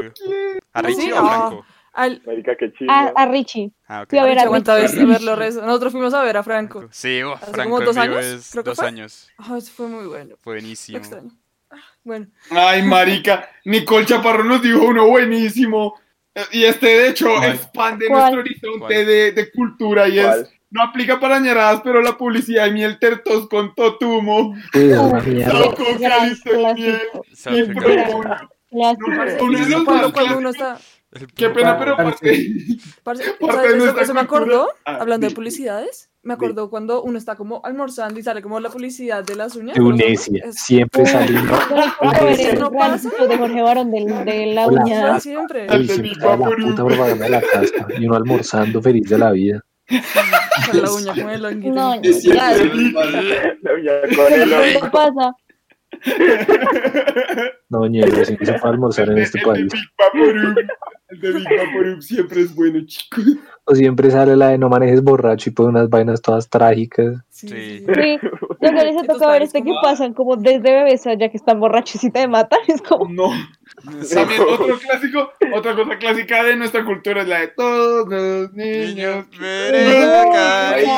Speaker 3: ¿A
Speaker 7: ¿Sí?
Speaker 3: Richie o a
Speaker 7: No.
Speaker 3: Franco?
Speaker 7: Al,
Speaker 4: Marica, qué chido.
Speaker 5: A, a Richie.
Speaker 3: Ah, ok.
Speaker 5: Fui a ver
Speaker 7: Franco
Speaker 5: a
Speaker 7: aguanta
Speaker 5: Richie.
Speaker 7: ver-
Speaker 5: [LAUGHS]
Speaker 7: verlo rezo. Nosotros fuimos a ver a Franco.
Speaker 3: Sí, oh,
Speaker 7: Hace
Speaker 3: Franco
Speaker 7: como dos
Speaker 3: en vivo
Speaker 7: años,
Speaker 3: es
Speaker 7: creo que
Speaker 3: dos
Speaker 7: fue.
Speaker 3: años.
Speaker 7: Ah, eso fue muy bueno.
Speaker 3: Fue
Speaker 7: Lo
Speaker 3: buenísimo.
Speaker 7: extraño. Ah, Bueno,
Speaker 8: Ay, marica, Nicole Chaparro nos dijo uno buenísimo. Eh, Y este, de hecho,
Speaker 2: ¿Cuál?
Speaker 8: expande
Speaker 5: ¿Cuál?
Speaker 8: nuestro horizonte
Speaker 3: ¿Cuál?
Speaker 8: de, de cultura y
Speaker 4: ¿Cuál?
Speaker 8: es... No aplica para ñeradas, pero la publicidad de miel tertos con totumo.
Speaker 6: Sí, es una
Speaker 5: Uf,
Speaker 6: mierda.
Speaker 8: Saúco,
Speaker 5: Gran
Speaker 8: Calixto y miel.
Speaker 5: clásico.
Speaker 3: Sabe
Speaker 8: Y
Speaker 3: que-
Speaker 8: Procon.
Speaker 5: Clásico.
Speaker 8: Uno de los
Speaker 7: cuando,
Speaker 8: más
Speaker 7: cuando uno está...
Speaker 3: el-
Speaker 8: Qué pena, pero parte,
Speaker 7: parce-
Speaker 8: parte
Speaker 7: ¿sabes
Speaker 8: de
Speaker 7: eso-
Speaker 8: nuestra
Speaker 7: eso me
Speaker 8: cultura.
Speaker 7: acordó?
Speaker 8: [LAUGHS] Ah,
Speaker 7: Hablando de
Speaker 8: sí.
Speaker 7: publicidades, me acordó cuando uno está como almorzando y sale como la publicidad de las uñas.
Speaker 6: De
Speaker 7: de los hombres.
Speaker 6: Unesia.
Speaker 7: Es-
Speaker 6: Siempre saliendo.
Speaker 5: Yo no puedo ver el
Speaker 7: ¿No
Speaker 5: gran
Speaker 7: pasa?
Speaker 5: sitio de Jorge Barón del- de la
Speaker 6: Hola.
Speaker 5: uña.
Speaker 7: Fue siempre.
Speaker 8: Al
Speaker 6: Y
Speaker 8: de
Speaker 6: siempre
Speaker 8: mi
Speaker 6: la
Speaker 8: Vaporub.
Speaker 6: puta propaganda de la caspa. Y uno almorzando feliz de la vida.
Speaker 7: Con la uña, con el honguito.
Speaker 5: No,
Speaker 2: es cierto,
Speaker 5: ya,
Speaker 2: eso me pasa.
Speaker 4: No, ya, con el
Speaker 5: [LAUGHS] ¿qué
Speaker 4: ojo.
Speaker 5: pasa?
Speaker 6: No, ñero, siempre se puede almorzar en
Speaker 8: El
Speaker 6: este
Speaker 8: de
Speaker 6: país.
Speaker 8: Big Vaporub. El de Big Vaporub siempre es bueno, chicos.
Speaker 6: O siempre sale la de no manejes borracho y pone unas vainas todas trágicas.
Speaker 7: Sí,
Speaker 3: Sí.
Speaker 7: sí, sí.
Speaker 5: Sí, lo que les ha
Speaker 7: Estos
Speaker 5: tocado ver
Speaker 7: tales
Speaker 5: es que
Speaker 7: como-
Speaker 5: pasan como desde bebés ya que están borrachos y te matan. Es como,
Speaker 8: No. También otro clásico, otra cosa clásica de nuestra cultura es la de todos los niños.
Speaker 3: Niños merecen cariño.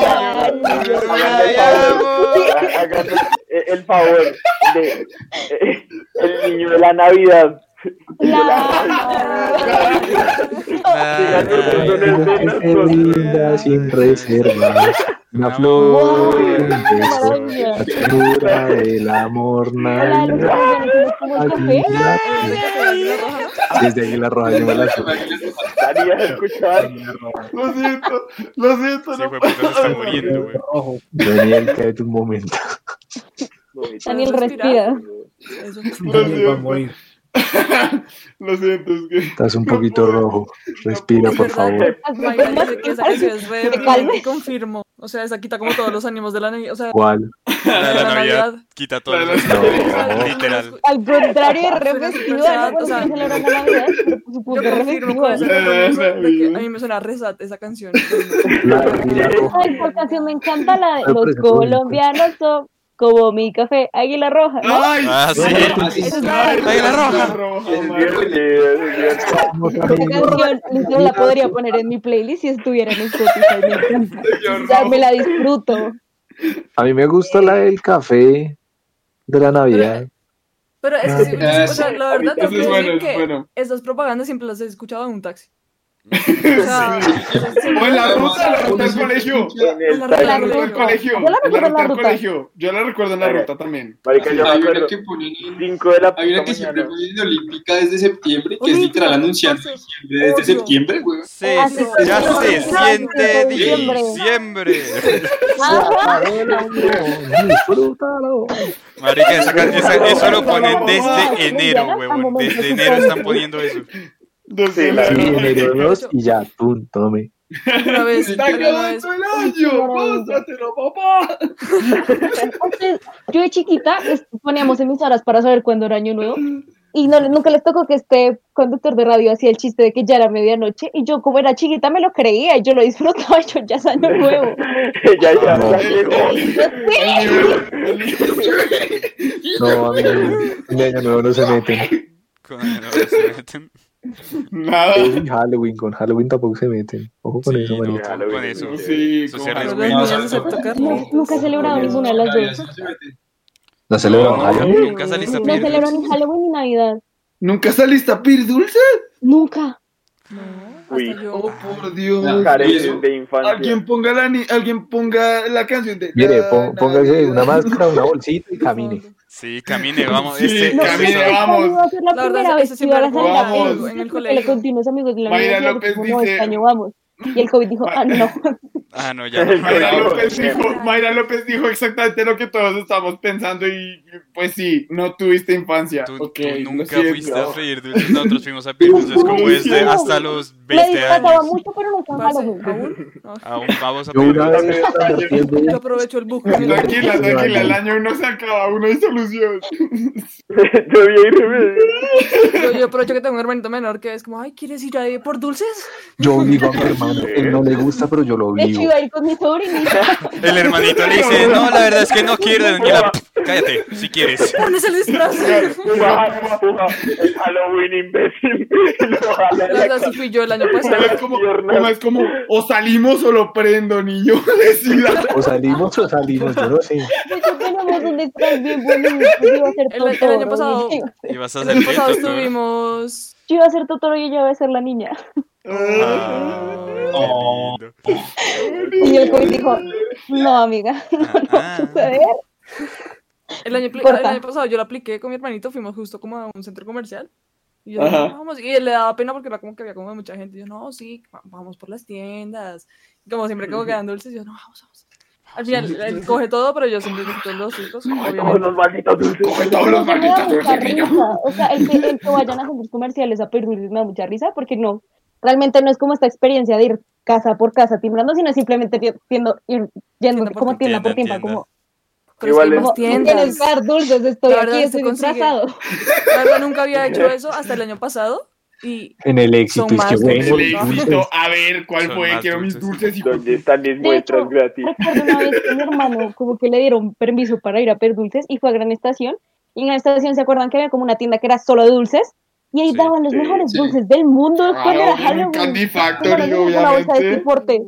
Speaker 3: Ay, amor.
Speaker 4: eh, Hágame el favor de. El niño de la Navidad
Speaker 3: Ah,
Speaker 4: Ay,
Speaker 6: Gente linda, sin reservas. Una
Speaker 3: Una
Speaker 6: flor, un
Speaker 5: maravilla.
Speaker 6: beso, la ternura, el amor,
Speaker 5: Hola,
Speaker 6: nada.
Speaker 5: ¿no sabes cómo es el café?
Speaker 6: Desde ahí la roja yo me la subo.
Speaker 4: Dani, ¿has escuchado?
Speaker 8: Lo siento, lo siento.
Speaker 3: Ese hijo de puta
Speaker 8: [LAUGHS]
Speaker 3: se está muriendo, güey.
Speaker 1: Ojo.
Speaker 6: Daniel, cállate un momento.
Speaker 5: Daniel respira.
Speaker 7: Eso.
Speaker 1: Daniel va a morir.
Speaker 8: Lo siento, es que.
Speaker 6: Estás un poquito rojo. Respira, por favor.
Speaker 7: Ay,
Speaker 5: Así
Speaker 7: parece que esa canción es re
Speaker 5: Te calmes.
Speaker 7: y confirmo. O sea, esa quita como todos los ánimos de la Navidad. O sea,
Speaker 6: ¿Cuál?
Speaker 3: La, de
Speaker 7: de
Speaker 3: la Navidad quita todo.
Speaker 8: La de
Speaker 6: la
Speaker 3: el-
Speaker 6: Navidad.
Speaker 3: Literal.
Speaker 5: Al
Speaker 7: [LAUGHS]
Speaker 5: contrario, es re
Speaker 7: Suena
Speaker 5: festivo,
Speaker 7: súper sad,
Speaker 5: ¿no? Cuando
Speaker 7: o sea,
Speaker 5: se celebra Navidad, pero por
Speaker 7: yo
Speaker 5: supuesto, re
Speaker 7: confirmo
Speaker 5: festivo.
Speaker 7: con eso,
Speaker 8: Navidad.
Speaker 7: con eso de que
Speaker 8: Navidad.
Speaker 7: a mí me suena resat esa canción.
Speaker 6: La, la roja.
Speaker 5: Ay, por canción me encanta la de
Speaker 6: Ay, por
Speaker 5: los
Speaker 6: ejemplo,
Speaker 5: colombianos son como mi café, Águila Roja, ¿no?
Speaker 8: ¡Ay!
Speaker 3: Ah, sí.
Speaker 5: Esa es
Speaker 8: ¡Ay,
Speaker 5: la-
Speaker 3: Ay, la roja.
Speaker 8: roja,
Speaker 4: Es
Speaker 8: madre.
Speaker 4: cierto, es cierto.
Speaker 5: esa canción, literal, la podría poner en mi playlist si estuviera en Spotify, me encanta. O sea, me la disfruto.
Speaker 6: A mí me gusta la del café de la Navidad.
Speaker 7: Pero es que sí,
Speaker 2: Ah,
Speaker 7: o sea,
Speaker 2: sí.
Speaker 7: la verdad
Speaker 8: Eso
Speaker 7: tengo
Speaker 8: es
Speaker 7: que decir
Speaker 8: bueno, eso
Speaker 7: que
Speaker 8: es bueno.
Speaker 7: esas propagandas siempre las he escuchado en un taxi. Mm. [LAUGHS] O sea,
Speaker 8: O en la ruta, en la ruta del colegio.
Speaker 4: En el
Speaker 7: La
Speaker 8: En
Speaker 4: taxi.
Speaker 8: la ruta
Speaker 7: ruta.
Speaker 8: del colegio.
Speaker 5: Yo la recuerdo
Speaker 8: En la ruta
Speaker 5: en la
Speaker 8: del
Speaker 5: ruta.
Speaker 8: colegio. Yo la recuerdo en la ruta también.
Speaker 4: Marica, yo me
Speaker 2: Hay
Speaker 4: acuerdo.
Speaker 2: una que ponen.
Speaker 4: 5 de la
Speaker 2: Hay una que
Speaker 4: puta
Speaker 2: siempre
Speaker 4: mañana.
Speaker 2: ponen de Olímpica desde septiembre, que es
Speaker 7: Oye,
Speaker 2: literal anunciando
Speaker 7: entonces,
Speaker 2: diciembre, desde
Speaker 7: odio.
Speaker 2: septiembre, güey.
Speaker 3: Se-
Speaker 5: Ah, sí.
Speaker 3: ya
Speaker 5: Sí.
Speaker 3: se
Speaker 5: Sí.
Speaker 3: siente
Speaker 5: Sí.
Speaker 3: diciembre.
Speaker 5: Ajá.
Speaker 6: Disfrútalo.
Speaker 3: Marica, esa can- esa- eso lo ponen
Speaker 5: Ah,
Speaker 3: desde enero,
Speaker 5: ya,
Speaker 3: huevón.
Speaker 5: vamos,
Speaker 3: Desde
Speaker 5: vamos.
Speaker 3: enero están poniendo eso.
Speaker 8: Desde
Speaker 4: Sí,
Speaker 8: la
Speaker 4: la-
Speaker 6: Sí, enero
Speaker 8: ruta.
Speaker 6: dos y ya, pum, tome.
Speaker 7: una vez,
Speaker 2: Sí,
Speaker 8: ¡Está
Speaker 7: yo una vez,
Speaker 8: acabando el año! ¡Pásatelo, papá!
Speaker 5: Antes, yo de chiquita es- poníamos emisoras para saber cuándo era año nuevo. Y no, nunca les tocó que este conductor de radio hacía el chiste de que ya era medianoche. Y yo, como era chiquita, me lo creía y yo lo disfrutaba. [LAUGHS] y Yo ya es año nuevo. Pues,
Speaker 4: Ya, ya,
Speaker 6: No.
Speaker 4: ya llegó.
Speaker 8: El nivel- el nivel-
Speaker 6: No, a mí mi año nuevo no se meten.
Speaker 3: Con- no, se meten.
Speaker 8: Nada.
Speaker 6: Es en Halloween, con Halloween tampoco se meten. Ojo con
Speaker 3: Sí,
Speaker 6: eso,
Speaker 3: no,
Speaker 6: marica.
Speaker 3: tampoco con eso.
Speaker 8: Sí,
Speaker 3: Eso
Speaker 8: con
Speaker 3: se
Speaker 7: los
Speaker 8: Halloween.
Speaker 3: respeta.
Speaker 7: niños no se tocan.
Speaker 5: No, nunca he celebrado ninguna de las dos.
Speaker 6: No celebran
Speaker 3: No,
Speaker 6: Halloween.
Speaker 3: Nunca saliste a
Speaker 5: No
Speaker 3: pedir
Speaker 5: celebro ni
Speaker 3: dulces.
Speaker 5: Halloween ni Navidad.
Speaker 8: ¿Nunca saliste a pedir dulce?
Speaker 5: Nunca.
Speaker 7: No,
Speaker 4: Uy.
Speaker 7: hasta yo.
Speaker 8: Oh, por Dios.
Speaker 4: Carecen de infancia.
Speaker 8: Alguien ponga la ni- alguien ponga la canción de
Speaker 6: Mire,
Speaker 8: Na,
Speaker 6: po-
Speaker 8: na,
Speaker 6: póngase
Speaker 8: na.
Speaker 6: una máscara, una bolsita y camine.
Speaker 3: Sí, camine, vamos.
Speaker 8: Sí,
Speaker 3: este-
Speaker 8: No, camine,
Speaker 3: este-
Speaker 8: vamos.
Speaker 5: Este año va a ser la,
Speaker 7: La verdad,
Speaker 5: primera
Speaker 7: eso
Speaker 5: vez que iba
Speaker 7: siempre
Speaker 5: a la
Speaker 7: lo jugamos
Speaker 5: salida.
Speaker 8: en
Speaker 5: Ay,
Speaker 7: el
Speaker 5: porque
Speaker 7: colegio.
Speaker 5: Le conté unos amigos de la
Speaker 8: Mayra
Speaker 5: universidad,
Speaker 8: López
Speaker 5: porque como, no,
Speaker 8: dice-
Speaker 5: este año vamos. Y el COVID dijo, ah, no.
Speaker 3: Ah, no, ya.
Speaker 8: Mayra
Speaker 3: no.
Speaker 8: López, dijo, Mayra López dijo exactamente lo que todos estábamos pensando y pues sí, no tuviste infancia.
Speaker 3: Tú,
Speaker 8: Ok,
Speaker 3: tú
Speaker 8: lo
Speaker 3: nunca
Speaker 8: siento.
Speaker 3: fuiste a pedir dulces, nosotros fuimos a pedir dulces como desde hasta los
Speaker 5: Me
Speaker 3: 20
Speaker 5: disfrazaba
Speaker 3: años.
Speaker 5: mucho, pero nunca en [LAUGHS]
Speaker 7: Parce,
Speaker 5: Halloween.
Speaker 7: aún, no.
Speaker 3: Aún vamos a
Speaker 6: Yo
Speaker 3: pedir
Speaker 6: una
Speaker 3: dulces.
Speaker 6: vez estaba
Speaker 7: Yo
Speaker 6: haciendo-
Speaker 7: aprovecho el bug.
Speaker 8: Tranquila, tranquila, el año uno se acaba, uno hay solución.
Speaker 4: Debía irme.
Speaker 7: Yo, yo aprovecho que tengo un hermanito menor que es como, ay, ¿quieres ir ahí por dulces?
Speaker 6: Yo obligo a mi hermano. Él no le gusta, pero yo lo
Speaker 5: De hecho,
Speaker 6: obligo.
Speaker 5: iba a ir con mi sobrinita.
Speaker 8: [LAUGHS]
Speaker 3: El hermanito le dice, no, la verdad es que no quiero, Daniela. Cállate, si quieres.
Speaker 7: Pones
Speaker 8: [LAUGHS]
Speaker 7: el disfraz.
Speaker 4: Puja, puja. Es Halloween, imbécil. Lo jala en
Speaker 7: La
Speaker 4: la
Speaker 7: [LAUGHS] verdad, sí fui yo
Speaker 8: [LAUGHS]
Speaker 7: el año
Speaker 8: Pero
Speaker 7: pasado.
Speaker 8: es como,
Speaker 4: Piernas.
Speaker 8: como es como, o salimos o lo prendo, niño. [LAUGHS] Decida.
Speaker 6: O salimos o salimos, yo no sé.
Speaker 5: De hecho, teníamos un disfraz bien bonito. Yo iba a ser
Speaker 7: El- el
Speaker 5: Totoro.
Speaker 7: año pasado-
Speaker 3: Y vas a
Speaker 7: El
Speaker 3: hacer
Speaker 8: Pues,
Speaker 7: año pasado
Speaker 3: fiesta, ¿no?
Speaker 7: estuvimos.
Speaker 5: Yo iba a ser Totoro y ella iba a ser la niña.
Speaker 3: Ah, qué lindo.
Speaker 5: Y el COVID dijo, no, amiga, [LAUGHS]
Speaker 3: Ah,
Speaker 5: a ver.
Speaker 7: El año, pli-
Speaker 5: Corta.
Speaker 7: el año pasado yo la apliqué con mi hermanito, fuimos justo como a un centro comercial. Y yo,
Speaker 8: Ajá.
Speaker 7: "No, vamos, y él le daba pena porque era como que había como mucha gente. Y yo, no, sí, va- vamos por las tiendas. Y como siempre, como quedan dulces, yo, no, vamos, vamos. Al final, él coge todo, pero yo siempre todos los hijos,
Speaker 4: Como
Speaker 7: obviamente.
Speaker 4: los malditos dulces.
Speaker 8: Coge todos los
Speaker 5: Pero me da
Speaker 8: malditos
Speaker 5: mucha
Speaker 8: dulces, niño.
Speaker 5: risa. O sea, el que, el que vayan a centros comerciales a pedir dulces me da mucha risa porque no, realmente no es como esta experiencia de ir casa por casa timbrando, sino simplemente ti- tiendo- ir yendo
Speaker 7: Tienda por
Speaker 5: como tienda por
Speaker 3: tienda,
Speaker 5: tienda, como,
Speaker 7: Pero
Speaker 4: Igual
Speaker 7: es que
Speaker 4: es-
Speaker 5: como
Speaker 7: las
Speaker 5: "Me
Speaker 7: tiendas.
Speaker 5: tienes que dar dulces, estoy
Speaker 7: La verdad
Speaker 5: aquí,
Speaker 7: se
Speaker 5: estoy
Speaker 7: consigue.
Speaker 5: disfrazado.
Speaker 7: La verdad, nunca había hecho eso hasta el año pasado. Y
Speaker 6: En el éxito,
Speaker 7: Son
Speaker 6: es que
Speaker 7: más
Speaker 8: El
Speaker 6: bueno, pues,
Speaker 7: dulces.
Speaker 6: dulces.
Speaker 8: éxito, a ver, ¿cuál
Speaker 3: Son
Speaker 8: fue?
Speaker 3: más
Speaker 8: Quiero mis
Speaker 3: dulces.
Speaker 8: dulces y
Speaker 4: ¿Dónde están mis
Speaker 5: De
Speaker 4: muestras
Speaker 5: hecho,
Speaker 4: gratis?
Speaker 5: Recuerdo una vez que mi hermano como que le dieron permiso para ir a pedir dulces y fue a Gran Estación. Y en Gran Estación, ¿se acuerdan que había como una tienda que era solo de dulces? Y ahí
Speaker 3: Sí,
Speaker 5: daban los
Speaker 4: sí,
Speaker 5: mejores
Speaker 2: sí.
Speaker 5: dulces del mundo. cuando era
Speaker 8: Claro, un
Speaker 5: Halloween.
Speaker 8: Candy
Speaker 5: Recuerdo
Speaker 8: Factory,
Speaker 5: que tenía Una bolsa de
Speaker 8: obviamente.
Speaker 5: deporte.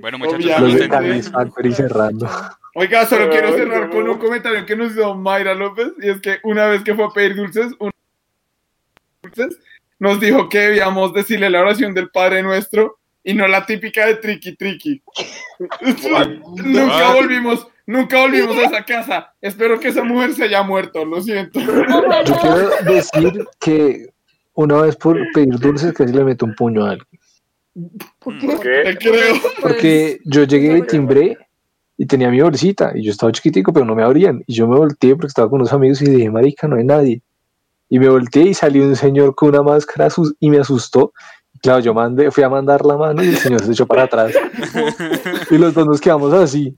Speaker 3: Bueno, muchachos,
Speaker 6: Los
Speaker 8: Obviamente.
Speaker 6: de
Speaker 3: no
Speaker 6: Candy Factory cerrando.
Speaker 7: Pues,
Speaker 8: Oiga, solo quiero
Speaker 4: Ay,
Speaker 8: cerrar
Speaker 4: no.
Speaker 8: con un comentario que nos hizo Mayra López, y es que una vez que fue a pedir dulces, un curses, nos dijo que debíamos decirle la oración del Padre Nuestro y no la típica de triqui [LAUGHS] triqui. nunca volvimos, nunca volvimos a esa casa. Espero que esa mujer se haya muerto, lo siento.
Speaker 6: Yo quiero decir que una vez por pedir dulces casi le meto un puño a alguien.
Speaker 7: ¿Por
Speaker 4: ¿Por
Speaker 7: qué?
Speaker 4: qué?
Speaker 8: Te creo.
Speaker 7: pues,
Speaker 6: Porque yo llegué,
Speaker 7: bueno.
Speaker 6: timbré y tenía mi bolsita y yo estaba chiquitico, pero no me abrían. Y yo me volteé porque estaba con unos amigos y dije, marica, no hay nadie. Y me volteé y salió un señor con una máscara asus- y me asustó. Claro, yo mandé, fui a mandar la mano y el señor se echó para atrás. y los dos nos quedamos así.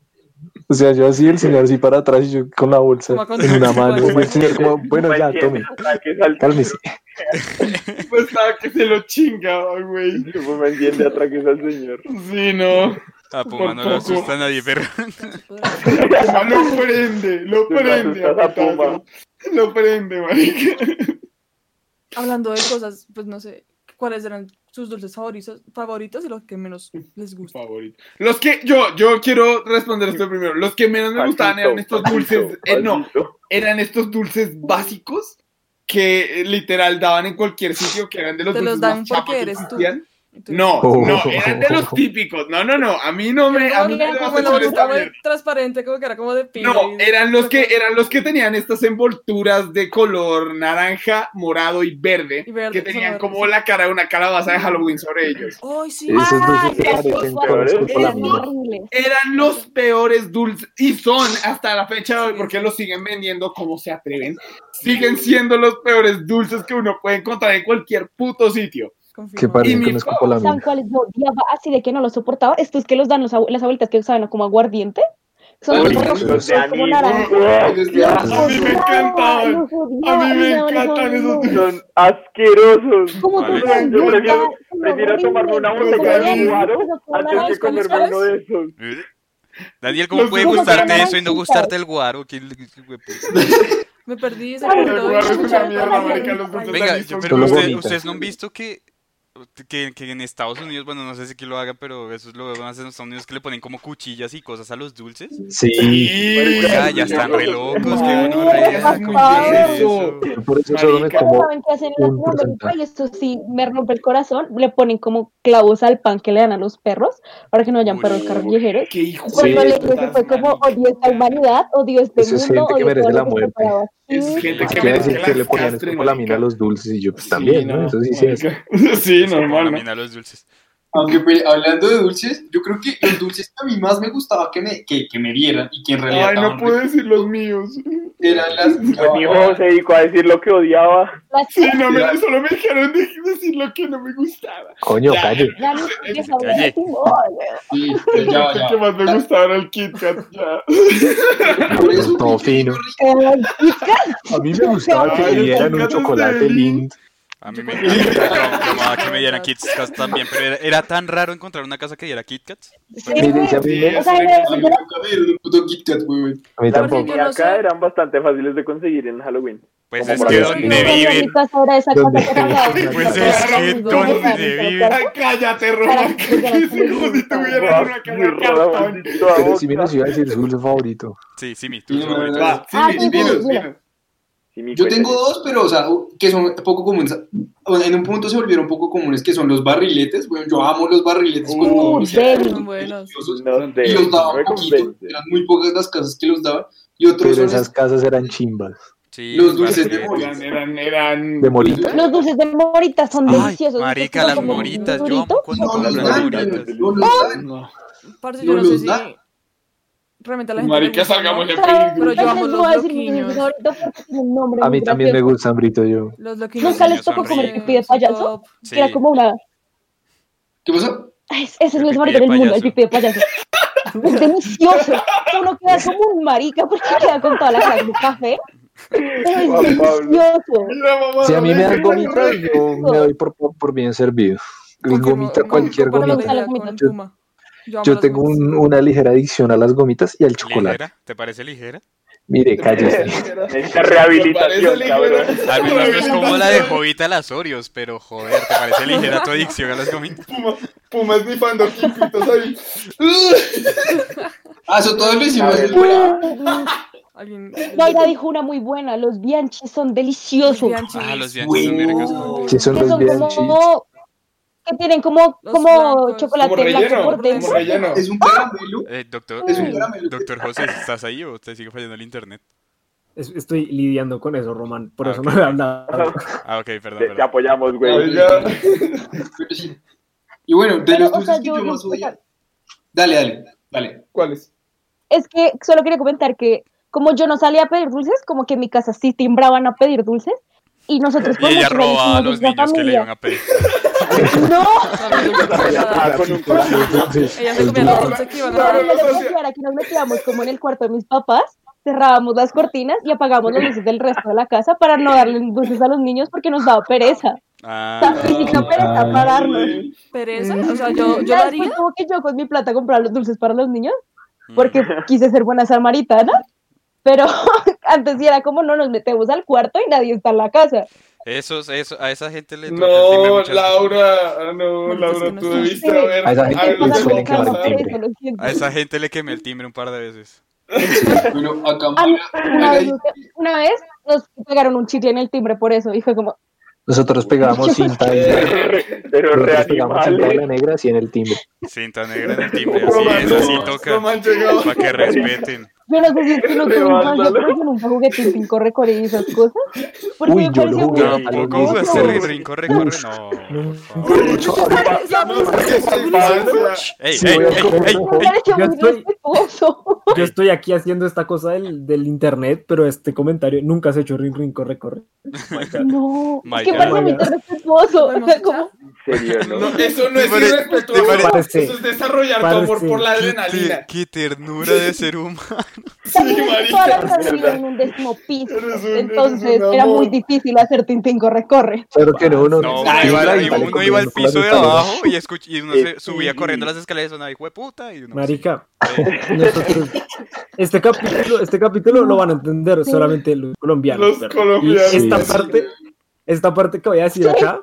Speaker 6: O sea, yo así, el señor así para atrás y yo con la bolsa
Speaker 7: Como con-
Speaker 6: en una mano.
Speaker 7: como-
Speaker 6: Y el señor como, bueno, ya, tome,
Speaker 4: Que salta,
Speaker 6: cálmese.
Speaker 8: [LAUGHS] Pues nada, que se lo chingaba, güey.
Speaker 4: me entiende, atraques al señor.
Speaker 8: Sí, no. [LAUGHS]
Speaker 3: A Puma
Speaker 8: Por
Speaker 3: no le
Speaker 8: poco.
Speaker 3: asusta a nadie, perro.
Speaker 8: Puma lo prende, lo
Speaker 4: Te
Speaker 8: prende.
Speaker 4: asustas a
Speaker 8: apretado.
Speaker 4: Puma.
Speaker 8: Lo prende, marica.
Speaker 7: Hablando de cosas, pues no sé, ¿cuáles eran sus dulces favoritos, favoritos y los que menos les gusta?
Speaker 8: Favorito. Los que yo, yo quiero responder esto primero. Los que menos me gustaban eran estos dulces. eh, no, eran estos dulces básicos que eh, literal daban en cualquier sitio, que eran de los
Speaker 7: Te
Speaker 8: dulces
Speaker 7: los dan
Speaker 8: más
Speaker 7: porque
Speaker 8: chafas que
Speaker 7: eres tú.
Speaker 8: existían.
Speaker 7: Entonces,
Speaker 8: No,
Speaker 6: Oh.
Speaker 8: no, eran de los típicos. No, no, no. A mí no me. A mí no me
Speaker 7: Como la-
Speaker 8: vas
Speaker 7: como
Speaker 8: a
Speaker 7: la
Speaker 8: hacer esta
Speaker 7: bolsita
Speaker 8: mierda.
Speaker 7: de- transparente, como que era como de pino.
Speaker 8: No, eran los que eran los que tenían estas envolturas de color naranja, morado y verde,
Speaker 7: Y verde,
Speaker 8: que tenían
Speaker 7: sí,
Speaker 8: como
Speaker 7: verde,
Speaker 8: la cara de una calabaza de Halloween sobre ellos.
Speaker 7: ¡Ay, sí!
Speaker 6: Esos
Speaker 5: Ay,
Speaker 6: dulces
Speaker 5: qué
Speaker 6: parecen
Speaker 5: cosa.
Speaker 6: con
Speaker 4: Eres
Speaker 6: chocolate.
Speaker 5: horrible.
Speaker 8: Eran los peores dulces y son hasta la fecha de hoy porque los siguen vendiendo como se atreven. Siguen siendo los peores dulces que uno puede encontrar en cualquier puto sitio.
Speaker 6: Que
Speaker 7: confirmo.
Speaker 6: paren
Speaker 8: mi
Speaker 6: con escopo la
Speaker 5: ¿Saben
Speaker 6: mía.
Speaker 5: cuáles yo odiaba así de que no los soportaba? Estos que los dan los abu- las abuelitas que usaban como aguardiente. Son
Speaker 6: Uy,
Speaker 5: los
Speaker 6: Dios.
Speaker 5: rojos, son como naranja.
Speaker 4: ¡oh!
Speaker 8: A mí me encantaban. A mí me encantan esos
Speaker 6: pues
Speaker 8: dulces.
Speaker 4: Son asquerosos.
Speaker 5: Como
Speaker 3: Vale.
Speaker 4: Yo prefiero- Prefiero tomarme una botella de guaro antes que
Speaker 7: ¿Cuáles,
Speaker 4: comerme uno de esos.
Speaker 3: Daniel, ¿cómo
Speaker 8: Los
Speaker 3: puede
Speaker 8: dulces
Speaker 3: gustarte
Speaker 5: eran
Speaker 3: eso y no
Speaker 5: chiquitas.
Speaker 3: gustarte el guaro? ¿Qué- qué- qué hue-
Speaker 7: Me perdí ese
Speaker 5: Ay,
Speaker 8: El
Speaker 7: cuento.
Speaker 8: guaro es una mierda,
Speaker 5: Ay,
Speaker 8: marica, los dulces
Speaker 3: Venga,
Speaker 8: de
Speaker 3: yo-
Speaker 8: Alice
Speaker 3: pero
Speaker 8: son
Speaker 6: Solo
Speaker 3: usted-
Speaker 6: gomitas.
Speaker 3: ustedes no han visto que, que, que en Estados Unidos, bueno, no sé si aquí lo hagan, pero eso es lo que van a hacer en Estados Unidos, que le ponen como cuchillas y cosas a los dulces.
Speaker 6: Sí,
Speaker 3: Ya, ya están re locos, qué bueno,
Speaker 5: Ay,
Speaker 3: reyes,
Speaker 5: por
Speaker 3: ¿cómo es
Speaker 8: favor.
Speaker 3: eso?
Speaker 6: por eso solo me
Speaker 8: Marica.
Speaker 6: como
Speaker 5: ¿Saben qué hacen en
Speaker 6: un
Speaker 5: Latinoamérica?
Speaker 6: porcentaje.
Speaker 5: Y esto sí me rompe el corazón. Le ponen como clavos al pan que le dan a los perros para que no hayan
Speaker 3: Uy,
Speaker 5: perros callejeros.
Speaker 8: Qué hijo de
Speaker 5: Cuando le dije,
Speaker 8: putas,
Speaker 5: fue como
Speaker 8: marica.
Speaker 5: odio esta humanidad, odio este
Speaker 6: Eso es
Speaker 5: mundo,
Speaker 6: gente que
Speaker 5: odio
Speaker 6: merece
Speaker 5: todo lo
Speaker 6: la
Speaker 5: que
Speaker 6: muerte.
Speaker 5: está parado aquí.
Speaker 8: Es gente que
Speaker 6: Es que a
Speaker 8: merece
Speaker 6: Ah, decir
Speaker 8: que
Speaker 6: que
Speaker 8: las
Speaker 6: le ponían
Speaker 8: castren,
Speaker 6: escopo la mina a
Speaker 8: marica.
Speaker 6: los dulces y yo pues
Speaker 8: Sí,
Speaker 6: también, ¿no? Eso sí se hace.
Speaker 8: marica. Sí,
Speaker 3: Es como la
Speaker 8: normal. ¿no?
Speaker 3: mina de los dulces.
Speaker 2: Aunque pues, hablando de dulces, yo creo que los dulces que a mí más me gustaba que me, que, que me dieran y que en realidad
Speaker 8: Ay, no
Speaker 2: estaban
Speaker 8: pude
Speaker 2: ricos,
Speaker 8: decir los míos.
Speaker 2: eran las
Speaker 4: Pues mi hijo se dedicó a decir lo que odiaba.
Speaker 3: [LAUGHS]
Speaker 5: Las
Speaker 8: Sí, no, me, solo me dijeron de decir lo que no me gustaba.
Speaker 6: Coño,
Speaker 8: Ya,
Speaker 6: calle.
Speaker 5: Dani, deja hablar
Speaker 3: Oye.
Speaker 5: a Timón, weón.
Speaker 2: Sí,
Speaker 8: El
Speaker 2: Ah, ya,
Speaker 8: que
Speaker 2: ya.
Speaker 8: más me gustaba era el Kit Kat. Ya. [LAUGHS]
Speaker 2: Por eso,
Speaker 6: Todo fino.
Speaker 5: Ay,
Speaker 6: A mí me gustaba que
Speaker 8: Ay,
Speaker 6: me
Speaker 8: el
Speaker 6: dieran un chocolate
Speaker 8: chocolate
Speaker 6: lind.
Speaker 3: A mí me
Speaker 5: [LAUGHS]
Speaker 3: encanta. Yo amaba que me dieran Kit Kats también, pero era, era tan raro encontrar una casa que diera Kit Kats.
Speaker 5: sí,
Speaker 6: Miren, si a mí, me-
Speaker 5: o sea,
Speaker 2: a mí
Speaker 5: yo-
Speaker 2: nunca me dieron un puto Kit Kat, weón.
Speaker 6: a mí
Speaker 4: Las
Speaker 6: tampoco.
Speaker 7: yo no sé.
Speaker 4: acá eran bastante fáciles de conseguir en Halloween.
Speaker 3: Pues
Speaker 4: Como
Speaker 3: es
Speaker 4: por
Speaker 3: que
Speaker 4: allá.
Speaker 3: donde
Speaker 5: yo- yo-
Speaker 3: viven.
Speaker 5: mi casa era esa
Speaker 6: ¿Dónde?
Speaker 5: cosa que era-
Speaker 3: [LAUGHS] Pues
Speaker 8: es que
Speaker 5: Claro,
Speaker 8: ¿dónde
Speaker 3: viven?
Speaker 8: Ay, cállate, Roma.
Speaker 5: Para-
Speaker 8: Que ese hijo si tuviera una
Speaker 4: Mi
Speaker 8: cara de
Speaker 4: rola,
Speaker 8: cartón.
Speaker 4: maldito, a
Speaker 6: Pero si me nos
Speaker 4: boca.
Speaker 6: iba a decir su dulce favorito.
Speaker 3: Sí, sí, mi
Speaker 2: Sí,
Speaker 3: dulce
Speaker 2: no,
Speaker 3: favorito.
Speaker 2: no, no.
Speaker 8: Va, sí,
Speaker 5: Ah,
Speaker 8: di-
Speaker 5: sí, sí,
Speaker 8: dinos,
Speaker 5: mira.
Speaker 8: dinos.
Speaker 4: Sí, mi
Speaker 2: Yo
Speaker 4: cuenta.
Speaker 2: tengo dos, pero, o sea, que son poco comunes. En un punto se volvieron poco comunes, que son los barriletes. Bueno, yo amo los barriletes. con
Speaker 5: Uh,
Speaker 2: todo mi ser,
Speaker 5: baby.
Speaker 2: son
Speaker 7: Buenos.
Speaker 2: deliciosos.
Speaker 4: No sé,
Speaker 2: Y los
Speaker 4: no
Speaker 2: daban
Speaker 4: me
Speaker 2: poquito.
Speaker 4: convence. [LAUGHS]
Speaker 2: Eran muy pocas las casas que los daban. Y otros
Speaker 6: Pero
Speaker 2: son
Speaker 6: esas casas eran chimbas.
Speaker 3: Ah, Sí,
Speaker 2: Los dulces de
Speaker 3: barriletes.
Speaker 2: mola.
Speaker 8: Eran, eran, eran.
Speaker 6: De morita.
Speaker 5: Los dulces de morita son
Speaker 3: Ay,
Speaker 5: deliciosos.
Speaker 3: marica,
Speaker 5: Son
Speaker 3: las
Speaker 5: como
Speaker 3: moritas, yo
Speaker 5: duritos.
Speaker 3: amo cuando
Speaker 2: No los
Speaker 3: compran
Speaker 2: dan,
Speaker 3: moritas.
Speaker 2: no los dan.
Speaker 8: No.
Speaker 7: Parce,
Speaker 2: Yo
Speaker 7: yo no sé
Speaker 2: los
Speaker 7: si
Speaker 2: da.
Speaker 7: realmente a la gente. le
Speaker 8: Marica,
Speaker 7: gusta,
Speaker 8: salgamos
Speaker 7: ¿no?
Speaker 8: de pedir
Speaker 7: Pero yo
Speaker 5: Entonces,
Speaker 7: amo
Speaker 5: yo
Speaker 7: los
Speaker 5: voy a decir mi
Speaker 7: loquiños.
Speaker 5: dulce favorito porque tiene un nombre
Speaker 6: A
Speaker 5: muy
Speaker 6: mí también me
Speaker 5: gracioso.
Speaker 6: gustan Brito yo.
Speaker 7: Los loquiños.
Speaker 5: Nunca les
Speaker 3: Los
Speaker 5: tocó
Speaker 3: niños son
Speaker 5: comer
Speaker 3: ricos.
Speaker 5: pipi de payaso.
Speaker 3: Sí.
Speaker 5: Que era como una.
Speaker 2: ¿Qué pasó?
Speaker 5: Ay, Ese es
Speaker 3: El
Speaker 5: mi
Speaker 3: pipí
Speaker 5: dulce favorito
Speaker 3: de
Speaker 5: del mundo, el
Speaker 3: payaso.
Speaker 5: pipi de payaso. Es delicioso. Uno queda como un marica porque queda con toda la cara de café. Pero es
Speaker 4: Pablo.
Speaker 5: delicioso.
Speaker 8: Mira, mamá.
Speaker 6: Si a mí me dan
Speaker 8: marica,
Speaker 6: gomitas, yo me doy por, por bien servido. Gomita, cualquier
Speaker 5: compáralo
Speaker 6: gomita.
Speaker 5: con la
Speaker 7: Yo, Puma. amo
Speaker 6: Yo
Speaker 7: las
Speaker 6: tengo
Speaker 7: gomitas.
Speaker 6: un- una ligera adicción a las gomitas y al chocolate.
Speaker 3: ¿Ligera? ¿Te parece ligera?
Speaker 6: Mire, cállese.
Speaker 4: Necesita
Speaker 8: Parece
Speaker 4: rehabilitación,
Speaker 8: ligero.
Speaker 4: cabrón.
Speaker 3: Al menos no es como la de
Speaker 8: Rehabilitación.
Speaker 3: Jovita las Oreos, pero joder, ¿te parece ligera
Speaker 2: [LAUGHS]
Speaker 3: tu adicción a las gomitas?
Speaker 8: Puma, Puma es bifando quipitos ahí.
Speaker 2: Ah, eso todo lo hicimos.
Speaker 4: A ver.
Speaker 2: en-
Speaker 7: Alguien.
Speaker 5: Daira dijo una muy buena, los bianchi son
Speaker 7: Los
Speaker 5: deliciosos.
Speaker 7: bianchis.
Speaker 3: Ah,
Speaker 7: [LAUGHS]
Speaker 3: los bianchis son vergas.
Speaker 2: Uy.
Speaker 6: ¿Qué son
Speaker 5: que
Speaker 6: los
Speaker 5: son
Speaker 6: bianchi?
Speaker 5: como que tienen como,
Speaker 7: Los
Speaker 5: como
Speaker 7: blancos.
Speaker 5: chocolate
Speaker 8: Como
Speaker 5: blanco
Speaker 8: relleno,
Speaker 5: por dentro.
Speaker 8: como relleno.
Speaker 2: Es un caramelo.
Speaker 3: Eh, doctor,
Speaker 2: Es un
Speaker 3: eh,
Speaker 2: caramelo.
Speaker 3: doctor José, ¿estás ahí o te sigue fallando el internet?
Speaker 1: Es- estoy lidiando con eso, Román, por
Speaker 3: Ah,
Speaker 1: eso
Speaker 3: ok.
Speaker 1: no le he hablado.
Speaker 3: Ah, ok, perdón,
Speaker 4: Te,
Speaker 2: Eh,
Speaker 4: te
Speaker 3: perdón.
Speaker 4: apoyamos, güey.
Speaker 8: Oiga.
Speaker 2: Pero sí. Y bueno, de
Speaker 5: Pero,
Speaker 2: los
Speaker 5: o sea,
Speaker 2: dulces que
Speaker 5: yo-
Speaker 2: yo más
Speaker 5: o sea,
Speaker 2: odio. Dale, dale, dale.
Speaker 8: ¿Cuál es?
Speaker 5: Es que solo quería comentar que como yo no salía a pedir dulces, como que en mi casa sí timbraban a pedir dulces y nosotros
Speaker 3: Y
Speaker 5: por
Speaker 3: ella
Speaker 5: mucho menos
Speaker 3: roba a
Speaker 5: somos
Speaker 3: los
Speaker 5: una
Speaker 3: niños que le
Speaker 5: familia.
Speaker 3: iban a
Speaker 5: [LAUGHS]
Speaker 3: pedir.
Speaker 5: No,
Speaker 4: Ah, con un
Speaker 7: Ella se
Speaker 6: [LAUGHS]
Speaker 7: comía los dulces que iban a
Speaker 8: Claro,
Speaker 5: pero
Speaker 8: los
Speaker 5: lo que
Speaker 8: hacía.
Speaker 5: hacía era que nos metíamos como en el cuarto de mis papás, cerrábamos las cortinas y apagábamos los luces del resto de la casa para no darle dulces a los niños porque nos daba pereza. O sea,
Speaker 3: Ah,
Speaker 5: nos quitó pereza
Speaker 6: Ay.
Speaker 5: pararnos.
Speaker 7: pereza.
Speaker 6: Mm.
Speaker 7: O sea, yo, yo lo
Speaker 5: Ya
Speaker 7: haría. Mm.
Speaker 5: después como que yo con mi plata compraba los dulces para los niños porque quise ser buena samaritana. Pero [LAUGHS] antes sí era como no nos metemos al cuarto y nadie está en la casa.
Speaker 3: Esos, eso, a esa gente le toca timbre
Speaker 8: No,
Speaker 3: muchas-
Speaker 8: Laura, ah, no,
Speaker 7: Bueno,
Speaker 8: Laura,
Speaker 7: pues,
Speaker 8: tú
Speaker 7: no sé.
Speaker 8: debiste haber.
Speaker 6: A esa gente
Speaker 8: haber
Speaker 6: le
Speaker 8: dicho
Speaker 6: suele
Speaker 8: cosas.
Speaker 6: quemar el timbre.
Speaker 3: A esa gente le quemé el timbre un par de veces.
Speaker 2: Bueno, acá
Speaker 5: A mí, una,
Speaker 2: Mara
Speaker 5: vez,
Speaker 2: dice-
Speaker 5: una vez nos pegaron un chicle en el timbre por eso y fue como,
Speaker 6: Nosotros pegábamos cinta y
Speaker 4: Pero
Speaker 6: nosotros pegábamos cinta en
Speaker 4: reanimales.
Speaker 6: la negra así en el timbre.
Speaker 3: Cinta negra
Speaker 6: [LAUGHS]
Speaker 3: en el timbre, así es, así toca.
Speaker 8: Román llegó.
Speaker 3: Para que
Speaker 6: [LAUGHS]
Speaker 3: respeten.
Speaker 5: yo no sé si
Speaker 8: [LAUGHS]
Speaker 5: es que no tuve
Speaker 4: Revándalo.
Speaker 5: infancia, pero yo nunca jugué tintín, corre, corre y esas cosas. Porque
Speaker 6: Uy,
Speaker 5: me
Speaker 6: yo
Speaker 5: pareció
Speaker 6: lo jugué.
Speaker 5: muy
Speaker 3: Tampoco
Speaker 5: gracioso.
Speaker 3: jugaste
Speaker 6: Uy,
Speaker 3: corre, corre, corre. No, por favor.
Speaker 8: Infancia.
Speaker 3: Ey,
Speaker 6: Sí,
Speaker 3: ey,
Speaker 6: voy a
Speaker 3: ey,
Speaker 6: comer.
Speaker 3: ey,
Speaker 5: Me pareció
Speaker 1: yo
Speaker 5: muy
Speaker 1: estoy-
Speaker 5: respetuoso.
Speaker 1: Yo estoy aquí haciendo esta cosa del, del internet, pero este comentario nunca se ha hecho ring, ring, corre, corre.
Speaker 5: No,
Speaker 3: My
Speaker 5: es que
Speaker 3: God.
Speaker 5: parece muy respetuoso. O sea, como,
Speaker 4: En
Speaker 6: [LAUGHS]
Speaker 4: serio,
Speaker 8: No,
Speaker 4: ¿no?
Speaker 8: eso no
Speaker 3: Te
Speaker 8: es
Speaker 3: pare- te
Speaker 8: irrespetuoso.
Speaker 3: pare-
Speaker 1: Parece-
Speaker 8: Eso es desarrollar tu
Speaker 1: parece-
Speaker 8: amor por la
Speaker 3: Qué,
Speaker 8: adrenalina.
Speaker 3: te- qué ternura de ser
Speaker 6: [LAUGHS]
Speaker 3: humano.
Speaker 5: también es que
Speaker 8: marica,
Speaker 5: todas las
Speaker 4: es
Speaker 5: casas
Speaker 4: verdad.
Speaker 5: viven en un décimo piso.
Speaker 8: Eres un- eres
Speaker 5: Entonces
Speaker 8: un
Speaker 5: era
Speaker 8: amor.
Speaker 5: muy difícil hacer tintín, corre, corre.
Speaker 6: Claro que no, uno
Speaker 3: No, uno
Speaker 6: Ay,
Speaker 3: iba,
Speaker 6: dale,
Speaker 3: y uno
Speaker 6: dale,
Speaker 3: iba al
Speaker 6: corriendo con las
Speaker 3: piso de
Speaker 6: escaleras.
Speaker 3: abajo y, escuch- y
Speaker 6: Eh,
Speaker 3: uno se subía
Speaker 4: Sí.
Speaker 3: corriendo las escaleras y una hijo de puta. Y uno,
Speaker 1: Marica,
Speaker 3: sí.
Speaker 1: nosotros- este, capítulo, este capítulo lo van a entender solamente los colombianos.
Speaker 8: Los
Speaker 1: pero-
Speaker 8: colombianos.
Speaker 1: y esta
Speaker 8: Sí.
Speaker 1: parte, esta parte que voy a decir acá,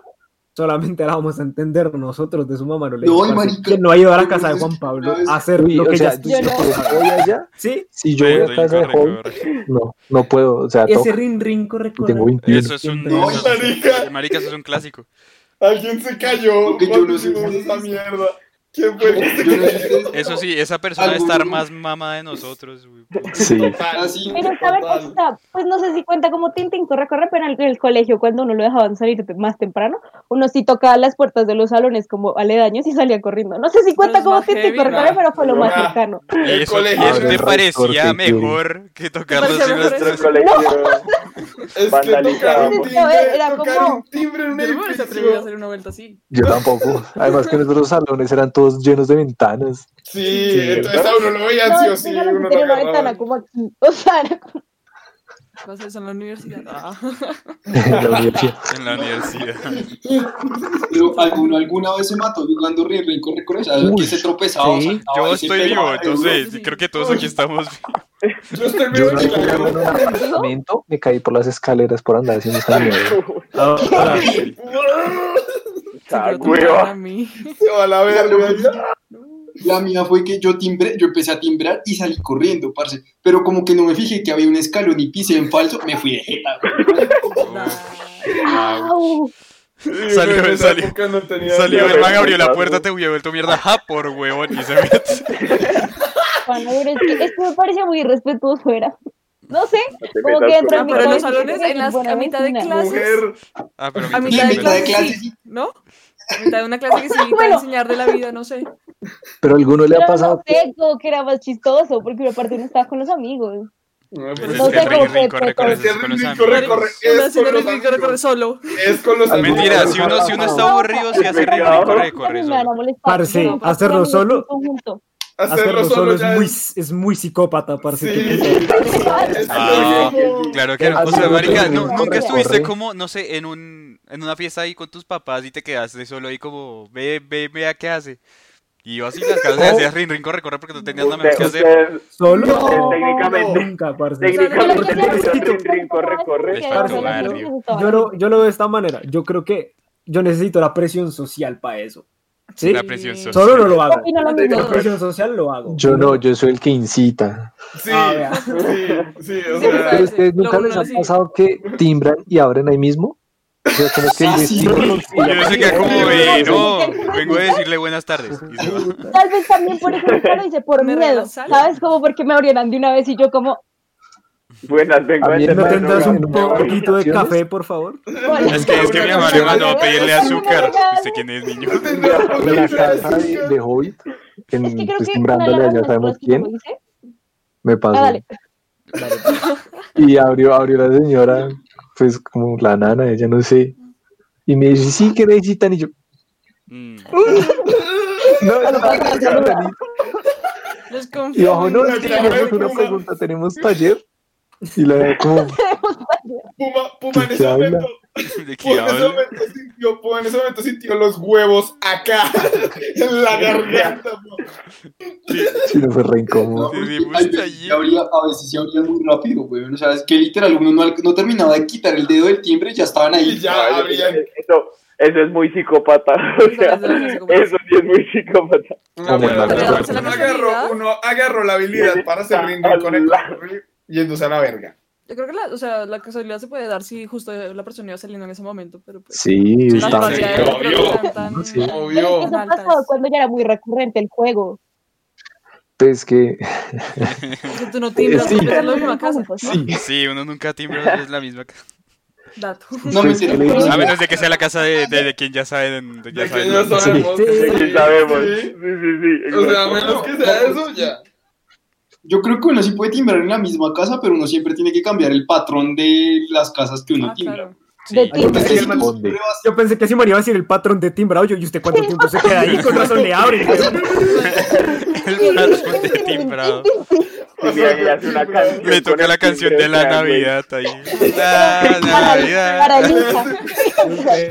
Speaker 1: solamente la vamos a entender nosotros de su mamá. No, le
Speaker 2: No,
Speaker 1: digo,
Speaker 2: marica.
Speaker 1: que no ha ido a la casa de Juan Pablo a hacer
Speaker 6: Uy,
Speaker 1: lo
Speaker 6: o
Speaker 1: que
Speaker 6: sea,
Speaker 1: ya
Speaker 6: yo
Speaker 5: Yo
Speaker 6: no
Speaker 5: no.
Speaker 6: voy allá.
Speaker 1: ¿Sí?
Speaker 6: Si [LAUGHS] yo voy a casa de Hobby, no, no puedo. O sea,
Speaker 1: Ese
Speaker 6: toca.
Speaker 1: ring, ring, corre, corre.
Speaker 6: Tengo 21.
Speaker 3: Eso es un.
Speaker 1: No,
Speaker 3: eso es-
Speaker 8: marica.
Speaker 3: marica, eso es un clásico.
Speaker 8: Alguien se cayó
Speaker 2: Porque yo
Speaker 8: cuando
Speaker 2: no sé
Speaker 8: hicimos
Speaker 2: si-
Speaker 8: esa mierda. ¿Quién fue el que se
Speaker 2: Yo no sé ustedes,
Speaker 3: Eso sí, esa persona debe
Speaker 2: Algún-
Speaker 3: estar más mamá de nosotros. güey.
Speaker 6: Sí.
Speaker 8: Total,
Speaker 2: Así.
Speaker 5: Pero esta
Speaker 8: total.
Speaker 5: o sea, pues no sé si cuenta como tintín, corre, corre, pero en el colegio cuando uno lo dejaban salir te- más temprano, uno sí tocaba las puertas de los salones como aledaños y salía corriendo. No sé si cuenta
Speaker 7: es
Speaker 5: como
Speaker 7: más
Speaker 5: tintín,
Speaker 7: heavy,
Speaker 5: corre,
Speaker 8: ¿no?
Speaker 5: corre, pero fue lo más
Speaker 8: Ah.
Speaker 5: cercano.
Speaker 3: Y
Speaker 8: El
Speaker 3: eso, y
Speaker 8: colegio.
Speaker 3: eso te
Speaker 6: Abre
Speaker 3: parecía
Speaker 6: resorte,
Speaker 3: mejor que tocarlos
Speaker 7: Parecía
Speaker 3: en
Speaker 7: mejor
Speaker 3: nuestras.
Speaker 4: Nuestro colegio.
Speaker 8: Es que tocar un
Speaker 4: Vandalizábamos.
Speaker 8: timbre,
Speaker 5: Era
Speaker 8: tocar
Speaker 5: como-
Speaker 8: un timbre en un
Speaker 7: eh, Yo no me hubiese atrevido a
Speaker 8: edificio.
Speaker 7: hacer una vuelta así.
Speaker 6: Yo tampoco. Además que nuestros salones eran todos llenos de ventanas.
Speaker 8: Sí,
Speaker 6: Sí.
Speaker 8: entonces a uno lo veían
Speaker 5: No,
Speaker 8: sí o sí.
Speaker 5: tenía la
Speaker 8: uno lo
Speaker 5: tenía una
Speaker 8: agarraba.
Speaker 5: ventana como aquí. [LAUGHS] O sea, era como-
Speaker 7: Va a hacer eso en la universidad. Ah.
Speaker 6: [LAUGHS] en la
Speaker 3: [LAUGHS]
Speaker 6: universidad.
Speaker 3: En la universidad.
Speaker 2: Pero alguno alguna vez se mató jugando ring, ring, corre, corre. O sea,
Speaker 6: Uy,
Speaker 2: que se tropezaba.
Speaker 1: sí.
Speaker 2: saltaba
Speaker 3: [LAUGHS] Yo
Speaker 2: y se
Speaker 3: estoy
Speaker 2: pegaba.
Speaker 3: vivo, entonces
Speaker 7: Sí.
Speaker 3: creo que todos aquí estamos.
Speaker 8: Yo estoy
Speaker 6: Yo
Speaker 8: vivo
Speaker 6: una
Speaker 8: en
Speaker 6: vez
Speaker 8: la
Speaker 6: jugando en un apartamento, me caí por las escaleras por andar haciendo esa mierda.
Speaker 1: Ahora,
Speaker 6: ah,
Speaker 7: Sí, pero tú
Speaker 4: hueva.
Speaker 7: para mí.
Speaker 8: Se va a la verga.
Speaker 2: La mía fue que yo timbré, yo empecé a timbrar y salí corriendo, parce. Pero como que no me fijé que había un escalón y pisé en falso, me fui de jeta.
Speaker 3: [LAUGHS]
Speaker 5: ¡Au!
Speaker 8: Sí,
Speaker 3: Salió,
Speaker 8: pero en esa [LAUGHS]
Speaker 3: salió.
Speaker 8: época no tenía-
Speaker 3: Salió el man, abrió la puerta,
Speaker 4: Resortazo.
Speaker 3: te hubiera vuelto mierda. Ja, por huevón. Y se metió.
Speaker 5: Bueno, pero es que esto me parecía muy irrespetuoso, era. No sé,
Speaker 4: Te
Speaker 5: como
Speaker 4: metas
Speaker 5: que entra
Speaker 7: Ah,
Speaker 5: en mi
Speaker 7: pero en los
Speaker 5: cabeza
Speaker 7: salones,
Speaker 5: que
Speaker 7: en las-
Speaker 5: buena
Speaker 7: a mitad de
Speaker 5: vecina.
Speaker 7: clase.
Speaker 8: Mujer.
Speaker 3: Ah, pero
Speaker 7: A
Speaker 3: mí
Speaker 2: Y
Speaker 7: mitad
Speaker 2: en
Speaker 7: de
Speaker 2: mitad de
Speaker 7: clase,
Speaker 2: clase,
Speaker 7: sí,
Speaker 2: sí.
Speaker 7: ¿no? A mitad de una clase que sí te va a
Speaker 5: Bueno.
Speaker 7: enseñar de la vida, no sé.
Speaker 6: Pero a alguno le ha
Speaker 5: Pero
Speaker 6: pasado
Speaker 5: no sé, como que era más chistoso, porque una parte no estaba con los amigos.
Speaker 8: No,
Speaker 3: Pues
Speaker 8: pues
Speaker 3: es que
Speaker 5: Entonces, como
Speaker 3: ring, ring,
Speaker 5: que-
Speaker 3: corre, corre.
Speaker 8: Es
Speaker 3: eso
Speaker 8: que
Speaker 3: es con los
Speaker 8: ring,
Speaker 3: amigos.
Speaker 8: corre, corre.
Speaker 7: Una
Speaker 8: Es con
Speaker 7: señora
Speaker 8: los
Speaker 7: que corre, corre
Speaker 8: amigos.
Speaker 7: solo.
Speaker 8: Es con los amigos.
Speaker 3: Mentira, si uno, si uno está aburrido, si hace ring, ring, corre, corre.
Speaker 5: Me van a
Speaker 3: solo.
Speaker 5: molestar,
Speaker 1: Parce,
Speaker 5: no, porque
Speaker 1: hacerlo
Speaker 5: amigos
Speaker 1: solo-
Speaker 5: en conjunto.
Speaker 1: hacerlo solo es
Speaker 8: ya
Speaker 1: muy, es muy psicópata, parce. qué
Speaker 8: Sí.
Speaker 1: puta.
Speaker 8: Es
Speaker 3: Ah,
Speaker 8: como-
Speaker 3: Claro que no. O
Speaker 6: Haciendo
Speaker 3: sea,
Speaker 6: otro
Speaker 3: marica,
Speaker 6: ring,
Speaker 3: no-
Speaker 6: corre,
Speaker 3: nunca estuviste
Speaker 6: corre.
Speaker 3: como, no sé, en un en una fiesta ahí con tus papás y te quedaste solo ahí como, ve, ve, vea qué hace. Y yo así las casas y hacías ring, ring, corre, corre porque no tenías nada mejor que
Speaker 4: Usted-
Speaker 3: hacer.
Speaker 4: ustedes-
Speaker 1: Solo
Speaker 4: ustedes
Speaker 2: [LAUGHS]
Speaker 4: Técnicamente.
Speaker 1: nunca, parce.
Speaker 5: Pero
Speaker 4: Técnicamente.
Speaker 5: yo creo que
Speaker 4: ring,
Speaker 5: sí,
Speaker 4: ring, ring, corre, corre.
Speaker 5: porque era
Speaker 1: Parce,
Speaker 5: solo
Speaker 1: barrio.
Speaker 5: amigos, estaba-
Speaker 1: Yo lo, yo lo veo de esta manera. Yo creo que yo necesito la presión social para eso. ¿Sí?
Speaker 3: La presión
Speaker 7: Sí.
Speaker 3: social.
Speaker 1: Solo no lo hago.
Speaker 5: Opino lo
Speaker 1: La
Speaker 5: mismo.
Speaker 1: presión social lo hago.
Speaker 6: Yo no, yo soy el que incita.
Speaker 8: Sí,
Speaker 1: Ah, vea.
Speaker 8: sí, sí, o
Speaker 7: Sí,
Speaker 8: sea, [LAUGHS]
Speaker 6: Pero ustedes
Speaker 7: Lo
Speaker 6: nunca
Speaker 7: uno
Speaker 6: les ha
Speaker 7: sí.
Speaker 6: pasado que timbran y abren ahí mismo. O sea, como que
Speaker 2: Ah,
Speaker 6: [LAUGHS]
Speaker 2: sí.
Speaker 3: Yo no sé qué, como,
Speaker 8: Sí,
Speaker 3: eh, no, vengo a decirle buenas tardes. Y se va.
Speaker 5: Tal vez también por ejemplo lo hice por
Speaker 7: Me
Speaker 5: miedo,
Speaker 7: regalan sal.
Speaker 5: ¿sabes? Como porque me abrieran de una vez y yo como...
Speaker 4: Buenas, vengo
Speaker 6: También
Speaker 4: este
Speaker 1: ¿No tendrás
Speaker 6: Bueno,
Speaker 1: un
Speaker 6: bueno,
Speaker 1: poquito de
Speaker 6: bueno.
Speaker 1: café, por favor?
Speaker 5: bueno,
Speaker 3: [LAUGHS] Es que, es que mi mamá le mandó a pedirle azúcar. ¿Usted quién es, niño?
Speaker 6: en la casa de, de Hobbit, en,
Speaker 5: Es que creo
Speaker 6: pues,
Speaker 5: que una de
Speaker 6: timbrándole
Speaker 5: las
Speaker 6: allá
Speaker 5: razones por
Speaker 6: sabemos
Speaker 5: las que no lo
Speaker 6: quién,
Speaker 5: hice...
Speaker 6: me pasó.
Speaker 5: Ah, dale.
Speaker 6: Y abrió, abrió la señora, pues como la nana, ella no sé. Y me dice, sí, que necesitan. Y yo,
Speaker 3: [LAUGHS] Mm. [LAUGHS]
Speaker 6: no, [LAUGHS] no,
Speaker 7: Los
Speaker 6: Y bajo, no, es que
Speaker 8: Claro,
Speaker 6: tenemos una
Speaker 8: Puma.
Speaker 6: pregunta, tenemos taller. Y la nana como,
Speaker 8: Puma, Puma en
Speaker 6: ¿Qué
Speaker 8: ese
Speaker 6: habla?
Speaker 8: momento,
Speaker 3: ¿De qué
Speaker 8: Puma en ese
Speaker 3: habla?
Speaker 8: momento sintió, Puma en ese momento sintió los huevos acá, [LAUGHS] en la garganta. Puma.
Speaker 6: si no fue re incómodo.
Speaker 3: Desde
Speaker 2: Porque
Speaker 3: mucho
Speaker 2: a veces
Speaker 3: ayer.
Speaker 2: se abría- a veces se abría muy rápido, güey. O sea, es que literal uno no, no terminaba de quitar el dedo del timbre y ya estaban
Speaker 8: Y
Speaker 2: ahí.
Speaker 8: ya abrían.
Speaker 4: Eso, eso es muy psicópata. [LAUGHS] O sea, eso sí es muy psicópata.
Speaker 6: Como el
Speaker 8: Uno
Speaker 6: malandro.
Speaker 7: Se la
Speaker 8: agarró,
Speaker 7: personalidad.
Speaker 8: uno agarró la habilidad para hacer ringo con el yéndose a la verga.
Speaker 7: Yo creo que la, o sea, la casualidad se puede dar si justo la persona iba saliendo en ese momento, pero pues.
Speaker 6: Sí,
Speaker 7: las
Speaker 6: estaba-
Speaker 8: sí,
Speaker 7: probabilidades
Speaker 8: obvio.
Speaker 7: creo que están tan-
Speaker 6: Sí.
Speaker 5: Pero es
Speaker 8: Obvio.
Speaker 5: que eso pasó cuando ya era muy recurrente el juego.
Speaker 6: pues que
Speaker 7: que tú no timbras,
Speaker 6: Sí.
Speaker 7: tú piensas lo [LAUGHS] mismo acaso.
Speaker 6: sí.
Speaker 3: Sí, uno nunca timbra, es la [LAUGHS] misma casa.
Speaker 7: Dato.
Speaker 6: Pues
Speaker 2: No
Speaker 6: que
Speaker 2: mentira.
Speaker 6: le digo,
Speaker 2: pero-
Speaker 3: A menos de que sea la casa de, de, de quien ya saben. De, ya
Speaker 8: Ya
Speaker 3: saben
Speaker 8: que ya
Speaker 3: dónde.
Speaker 8: sabemos.
Speaker 1: Sí.
Speaker 8: que
Speaker 1: Sí,
Speaker 4: Sí,
Speaker 8: sí,
Speaker 4: sabemos. Sí,
Speaker 8: sí.
Speaker 4: sí, sí.
Speaker 8: O sea, a
Speaker 4: exacto.
Speaker 8: menos que sea eso, ya.
Speaker 2: Yo creo que uno sí puede timbrar en la misma casa, pero uno siempre tiene que cambiar el patrón de las casas que uno
Speaker 7: Ah,
Speaker 2: timbra.
Speaker 7: claro.
Speaker 5: De ti.
Speaker 2: Porque si tú
Speaker 6: Responde.
Speaker 2: siempre vas-
Speaker 1: Yo pensé que si María iba a decir el patrón de timbrado, yo, y usted cuánto tiempo se queda ahí, con razón le abre.
Speaker 3: [LAUGHS] El patrón de timbrado.
Speaker 4: Sí, mira, ella hace una canción
Speaker 3: Me
Speaker 4: con este
Speaker 3: toca
Speaker 4: el
Speaker 3: la canción de la
Speaker 4: timbre, güey.
Speaker 3: Navidad ahí.
Speaker 4: [LAUGHS]
Speaker 3: La
Speaker 5: Para
Speaker 3: Navidad.
Speaker 5: Lisa.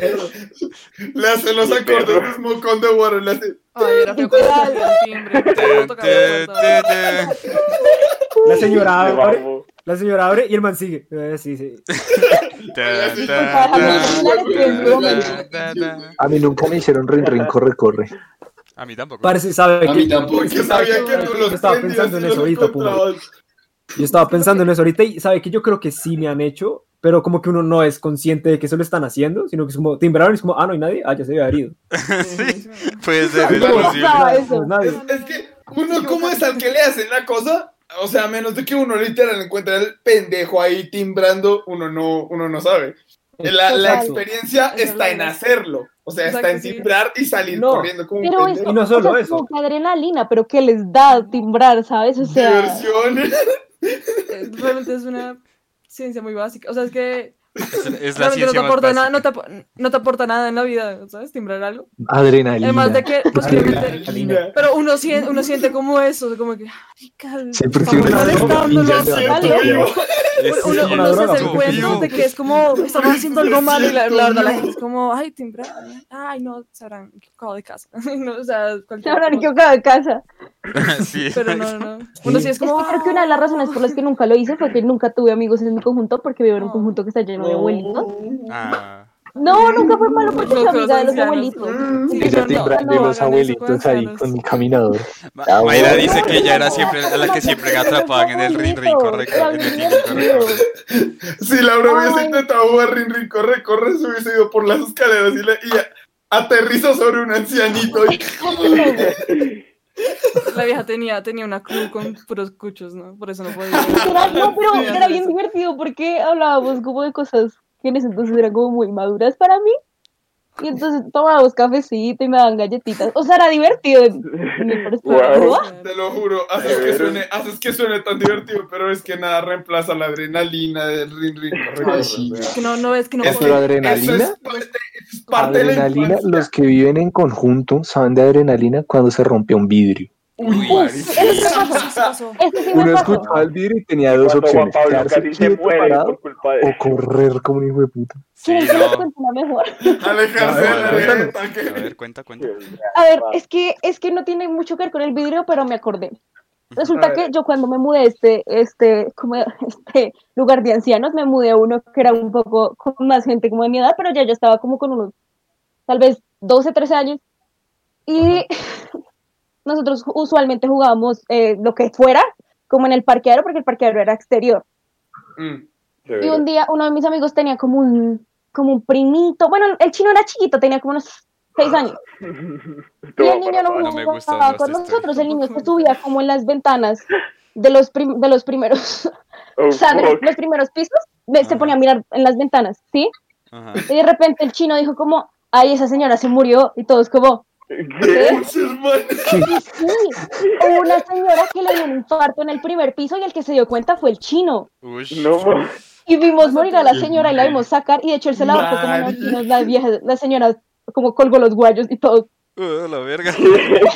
Speaker 8: Le hace los acordes de Smoke on the Water. Le hace.
Speaker 7: Ay, era feo cuando
Speaker 5: Literal.
Speaker 7: tocaba el timbre. Cuando tocaba
Speaker 3: Te,
Speaker 7: la puerta.
Speaker 3: te, te.
Speaker 1: La señora
Speaker 4: Me
Speaker 1: abre,
Speaker 4: bajó.
Speaker 1: la señora abre y el man sigue. Eh, sí, sí.
Speaker 3: Ta, ta,
Speaker 5: Para los celulares,
Speaker 3: ta, ta, ta, ta.
Speaker 6: a mí nunca me hicieron rin rin corre corre.
Speaker 3: A mí tampoco.
Speaker 1: Parece, sabe
Speaker 2: A mí
Speaker 1: que
Speaker 2: tampoco.
Speaker 8: Porque sabía que no los
Speaker 1: Yo estaba
Speaker 8: prendidos
Speaker 1: pensando en
Speaker 8: y los
Speaker 1: eso ahorita, Puma.
Speaker 8: encontraban.
Speaker 1: yo estaba pensando en eso ahorita y sabe que yo creo que sí me han hecho, pero como que uno no es consciente de que eso lo están haciendo, sino que es como timbraron y es como, ah, no hay nadie, ah, ya se había herido.
Speaker 3: [LAUGHS] Sí, puede ser, es
Speaker 8: Pero-
Speaker 3: posible.
Speaker 5: Ah,
Speaker 1: No,
Speaker 5: eso.
Speaker 1: no es nadie.
Speaker 8: Es, es que uno, ¿cómo es al que le hacen la cosa? O sea, a menos de que uno literal encuentra el pendejo ahí timbrando, uno no, uno no sabe. La, la
Speaker 1: Exacto.
Speaker 8: experiencia
Speaker 7: Eso es
Speaker 8: está en
Speaker 7: verdad.
Speaker 8: hacerlo. O sea, está en
Speaker 7: Exacto, sí.
Speaker 8: timbrar y salir
Speaker 1: No,
Speaker 8: corriendo como un
Speaker 5: Pero
Speaker 8: pendejo.
Speaker 5: eso,
Speaker 1: Y no solo
Speaker 5: o sea,
Speaker 1: eso.
Speaker 5: como que adrenalina, pero que les da timbrar, ¿sabes? O sea,
Speaker 8: Diversión.
Speaker 7: Eh, Realmente es una ciencia muy básica. O sea, es que
Speaker 3: Es, es la
Speaker 7: realmente no te
Speaker 3: ciencia más
Speaker 7: aporta nada,
Speaker 3: básica.
Speaker 7: no te, ap- no te aporta nada en la vida, ¿sabes? Timbrar algo. Además de
Speaker 6: Adrenalina.
Speaker 7: que posiblemente
Speaker 8: Adrenalina.
Speaker 7: Pero uno siente, uno siente como eso, como que, ay, calma,
Speaker 6: Sí, porque
Speaker 7: estamos
Speaker 6: uno-
Speaker 7: molestándolos,
Speaker 6: ya se
Speaker 7: ¿vale?
Speaker 6: levantó vivo.
Speaker 3: Es
Speaker 7: Uno,
Speaker 1: sí,
Speaker 7: uno
Speaker 1: la
Speaker 7: se
Speaker 1: droga,
Speaker 7: hace el
Speaker 1: porque
Speaker 7: cuento de que es como, estamos haciendo algo malo y la, la verdad la gente es como, ay, timbrar, ay, no, se habrán equivocado de casa. [LAUGHS] no, o sea,
Speaker 5: se
Speaker 7: cualquier
Speaker 5: habrán
Speaker 7: cosa.
Speaker 5: equivocado de casa.
Speaker 3: [LAUGHS] Sí,
Speaker 7: Pero no, no, no. Uno sí es
Speaker 5: Es que
Speaker 7: como, "Ah,
Speaker 5: creo que una de las razones por las que nunca lo hice fue que nunca tuve amigos en mi conjunto porque vivo en un conjunto que está lleno de
Speaker 8: Oh.
Speaker 5: abuelitos.
Speaker 3: Ah,
Speaker 5: No, nunca fue malo porque
Speaker 7: Los
Speaker 5: soy amiga de los
Speaker 7: ancianos.
Speaker 5: abuelitos.
Speaker 7: Sí,
Speaker 6: Ella
Speaker 7: no,
Speaker 6: timbra
Speaker 7: no
Speaker 6: de los
Speaker 7: hagan eso con
Speaker 6: abuelitos ahí
Speaker 7: ancianos.
Speaker 6: con mi caminador.
Speaker 3: Ma-
Speaker 6: Ah,
Speaker 3: Mayra
Speaker 6: bueno.
Speaker 3: dice que ella era siempre a la que siempre atrapaban en el ring ring correcto. En el ring ring correcto.
Speaker 8: Si Laura hubiese
Speaker 5: Ay.
Speaker 8: intentado jugar Rin Rin Corre, Corre, se hubiese ido por las escaleras y, la- y a- aterriza sobre un ancianito. Y,
Speaker 7: la vieja tenía, tenía una cruz con puros cuchos, ¿no? Por eso
Speaker 5: [LAUGHS]
Speaker 7: no podía.
Speaker 5: Era- No, pero
Speaker 7: Sí,
Speaker 5: era
Speaker 7: sí,
Speaker 5: bien
Speaker 7: sí.
Speaker 5: divertido porque hablábamos como de cosas que en ese entonces eran como muy maduras para mí. Y entonces tomábamos cafecito y me daban galletitas. O sea, era divertido. Me pareció-
Speaker 4: Wow.
Speaker 8: te lo juro, haces que, suene, haces que suene tan divertido, pero es que nada reemplaza la adrenalina del Rin Rin Corre. corre
Speaker 2: Ay, sí.
Speaker 8: o sea.
Speaker 7: Es que no, no es que no
Speaker 8: Eso-
Speaker 6: Pero
Speaker 7: podía.
Speaker 6: adrenalina.
Speaker 8: Eso es parte, es parte de la
Speaker 6: Adrenalina,
Speaker 8: infancia.
Speaker 6: los que viven en conjunto saben de adrenalina cuando se rompe un vidrio.
Speaker 8: Uy,
Speaker 5: Eso sí me pasó. Eso sí me
Speaker 6: Uno
Speaker 5: pasó.
Speaker 6: escuchaba el vidrio y tenía dos
Speaker 4: Cuando Juan
Speaker 6: opciones:
Speaker 4: Pablo
Speaker 6: quedarse
Speaker 4: casi se
Speaker 6: quieto,
Speaker 4: muere
Speaker 6: parado,
Speaker 4: por culpa
Speaker 1: Oh.
Speaker 4: de este
Speaker 6: o correr como un hijo de puta.
Speaker 3: Sí,
Speaker 5: ¿Quieren que les
Speaker 3: no.
Speaker 5: cuente una mejor?
Speaker 8: alejarse de la
Speaker 3: A ver,
Speaker 8: red,
Speaker 3: A
Speaker 8: ataque.
Speaker 3: ver, cuenta, cuenta.
Speaker 5: A ver, es que, es que no tiene mucho que ver con el vidrio, pero me
Speaker 8: A
Speaker 5: acordé. Resulta
Speaker 8: ver.
Speaker 5: que yo cuando me mudé a este, este, como [LAUGHS] a este lugar de ancianos, me mudé a uno que era un poco con más gente como de mi edad, pero ya yo estaba como con unos, tal vez 12, 13 años. Y [LAUGHS] nosotros usualmente jugábamos eh, lo que fuera, como en el parqueadero, porque el parqueadero era exterior.
Speaker 8: Mm.
Speaker 5: Y un día uno de mis amigos tenía como un, como un primito. Bueno, el chino era chiquito, tenía como unos seis
Speaker 8: Ah.
Speaker 5: años. Y el niño no
Speaker 3: No me gusta
Speaker 5: jugaba
Speaker 3: esta
Speaker 5: con
Speaker 3: historia.
Speaker 5: nosotros, el niño se subía como en las ventanas de los, prim- de los primeros, [LAUGHS]
Speaker 4: Oh,
Speaker 5: o sea, de los primeros pisos, de- se
Speaker 3: Ajá.
Speaker 5: ponía a mirar en las ventanas, ¿sí?
Speaker 3: Ajá.
Speaker 5: Y de repente el chino dijo como, ay, esa señora se murió, y todos como, ¿qué? Sí, hubo una señora que le dio un infarto en el primer piso y el que se dio cuenta fue el chino.
Speaker 3: Ush.
Speaker 4: No,
Speaker 5: Y vimos morir a la señora y la vimos sacar y de hecho él se la bajó como
Speaker 8: Madre.
Speaker 5: "No, chinos, la vieja, la señora como colgó los guayos y todo.
Speaker 3: Uh, la verga.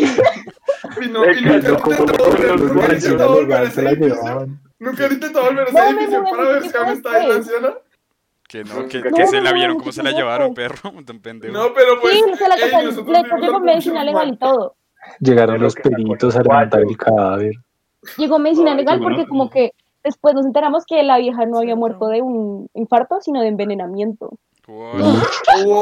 Speaker 8: Y no- y nunca
Speaker 6: Yo como
Speaker 8: intentó
Speaker 6: con
Speaker 8: volver,
Speaker 6: los
Speaker 8: nunca
Speaker 6: lugares,
Speaker 8: intentó volver a
Speaker 6: lugar, se
Speaker 8: ese
Speaker 6: la
Speaker 8: edificio.
Speaker 6: llevaban.
Speaker 8: Nunca intentó volver a ese
Speaker 5: No, me
Speaker 8: edificio
Speaker 5: mudé
Speaker 8: para
Speaker 5: mucho
Speaker 8: ver si
Speaker 5: tiempo
Speaker 8: aún está ahí la
Speaker 5: después.
Speaker 8: anciana.
Speaker 3: Que no,
Speaker 8: Pues
Speaker 3: que,
Speaker 4: No,
Speaker 3: que se
Speaker 5: no,
Speaker 3: la
Speaker 5: no,
Speaker 3: vieron
Speaker 5: no,
Speaker 3: cómo se
Speaker 5: no,
Speaker 3: la
Speaker 5: no.
Speaker 3: llevaron, perro. [LAUGHS] Tan pendejo.
Speaker 8: No, pero pues.
Speaker 5: Sí, se la
Speaker 8: ey,
Speaker 5: tocó,
Speaker 8: nosotros
Speaker 5: le
Speaker 8: vivimos
Speaker 5: tocó
Speaker 8: la
Speaker 5: con medicina
Speaker 8: relación
Speaker 5: legal y
Speaker 8: mal.
Speaker 5: todo.
Speaker 6: Llegaron
Speaker 4: Pero
Speaker 6: los
Speaker 4: que la
Speaker 6: peritos a
Speaker 4: colgó
Speaker 6: levantar
Speaker 4: algo.
Speaker 6: el cadáver.
Speaker 5: Llegó medicina
Speaker 4: Ay,
Speaker 5: legal
Speaker 2: qué
Speaker 5: porque
Speaker 2: bueno.
Speaker 5: como que después nos enteramos que la vieja no había
Speaker 7: Sí,
Speaker 5: muerto
Speaker 7: no.
Speaker 5: de un infarto, sino de envenenamiento.
Speaker 3: What?
Speaker 6: Se
Speaker 8: ¡Wow!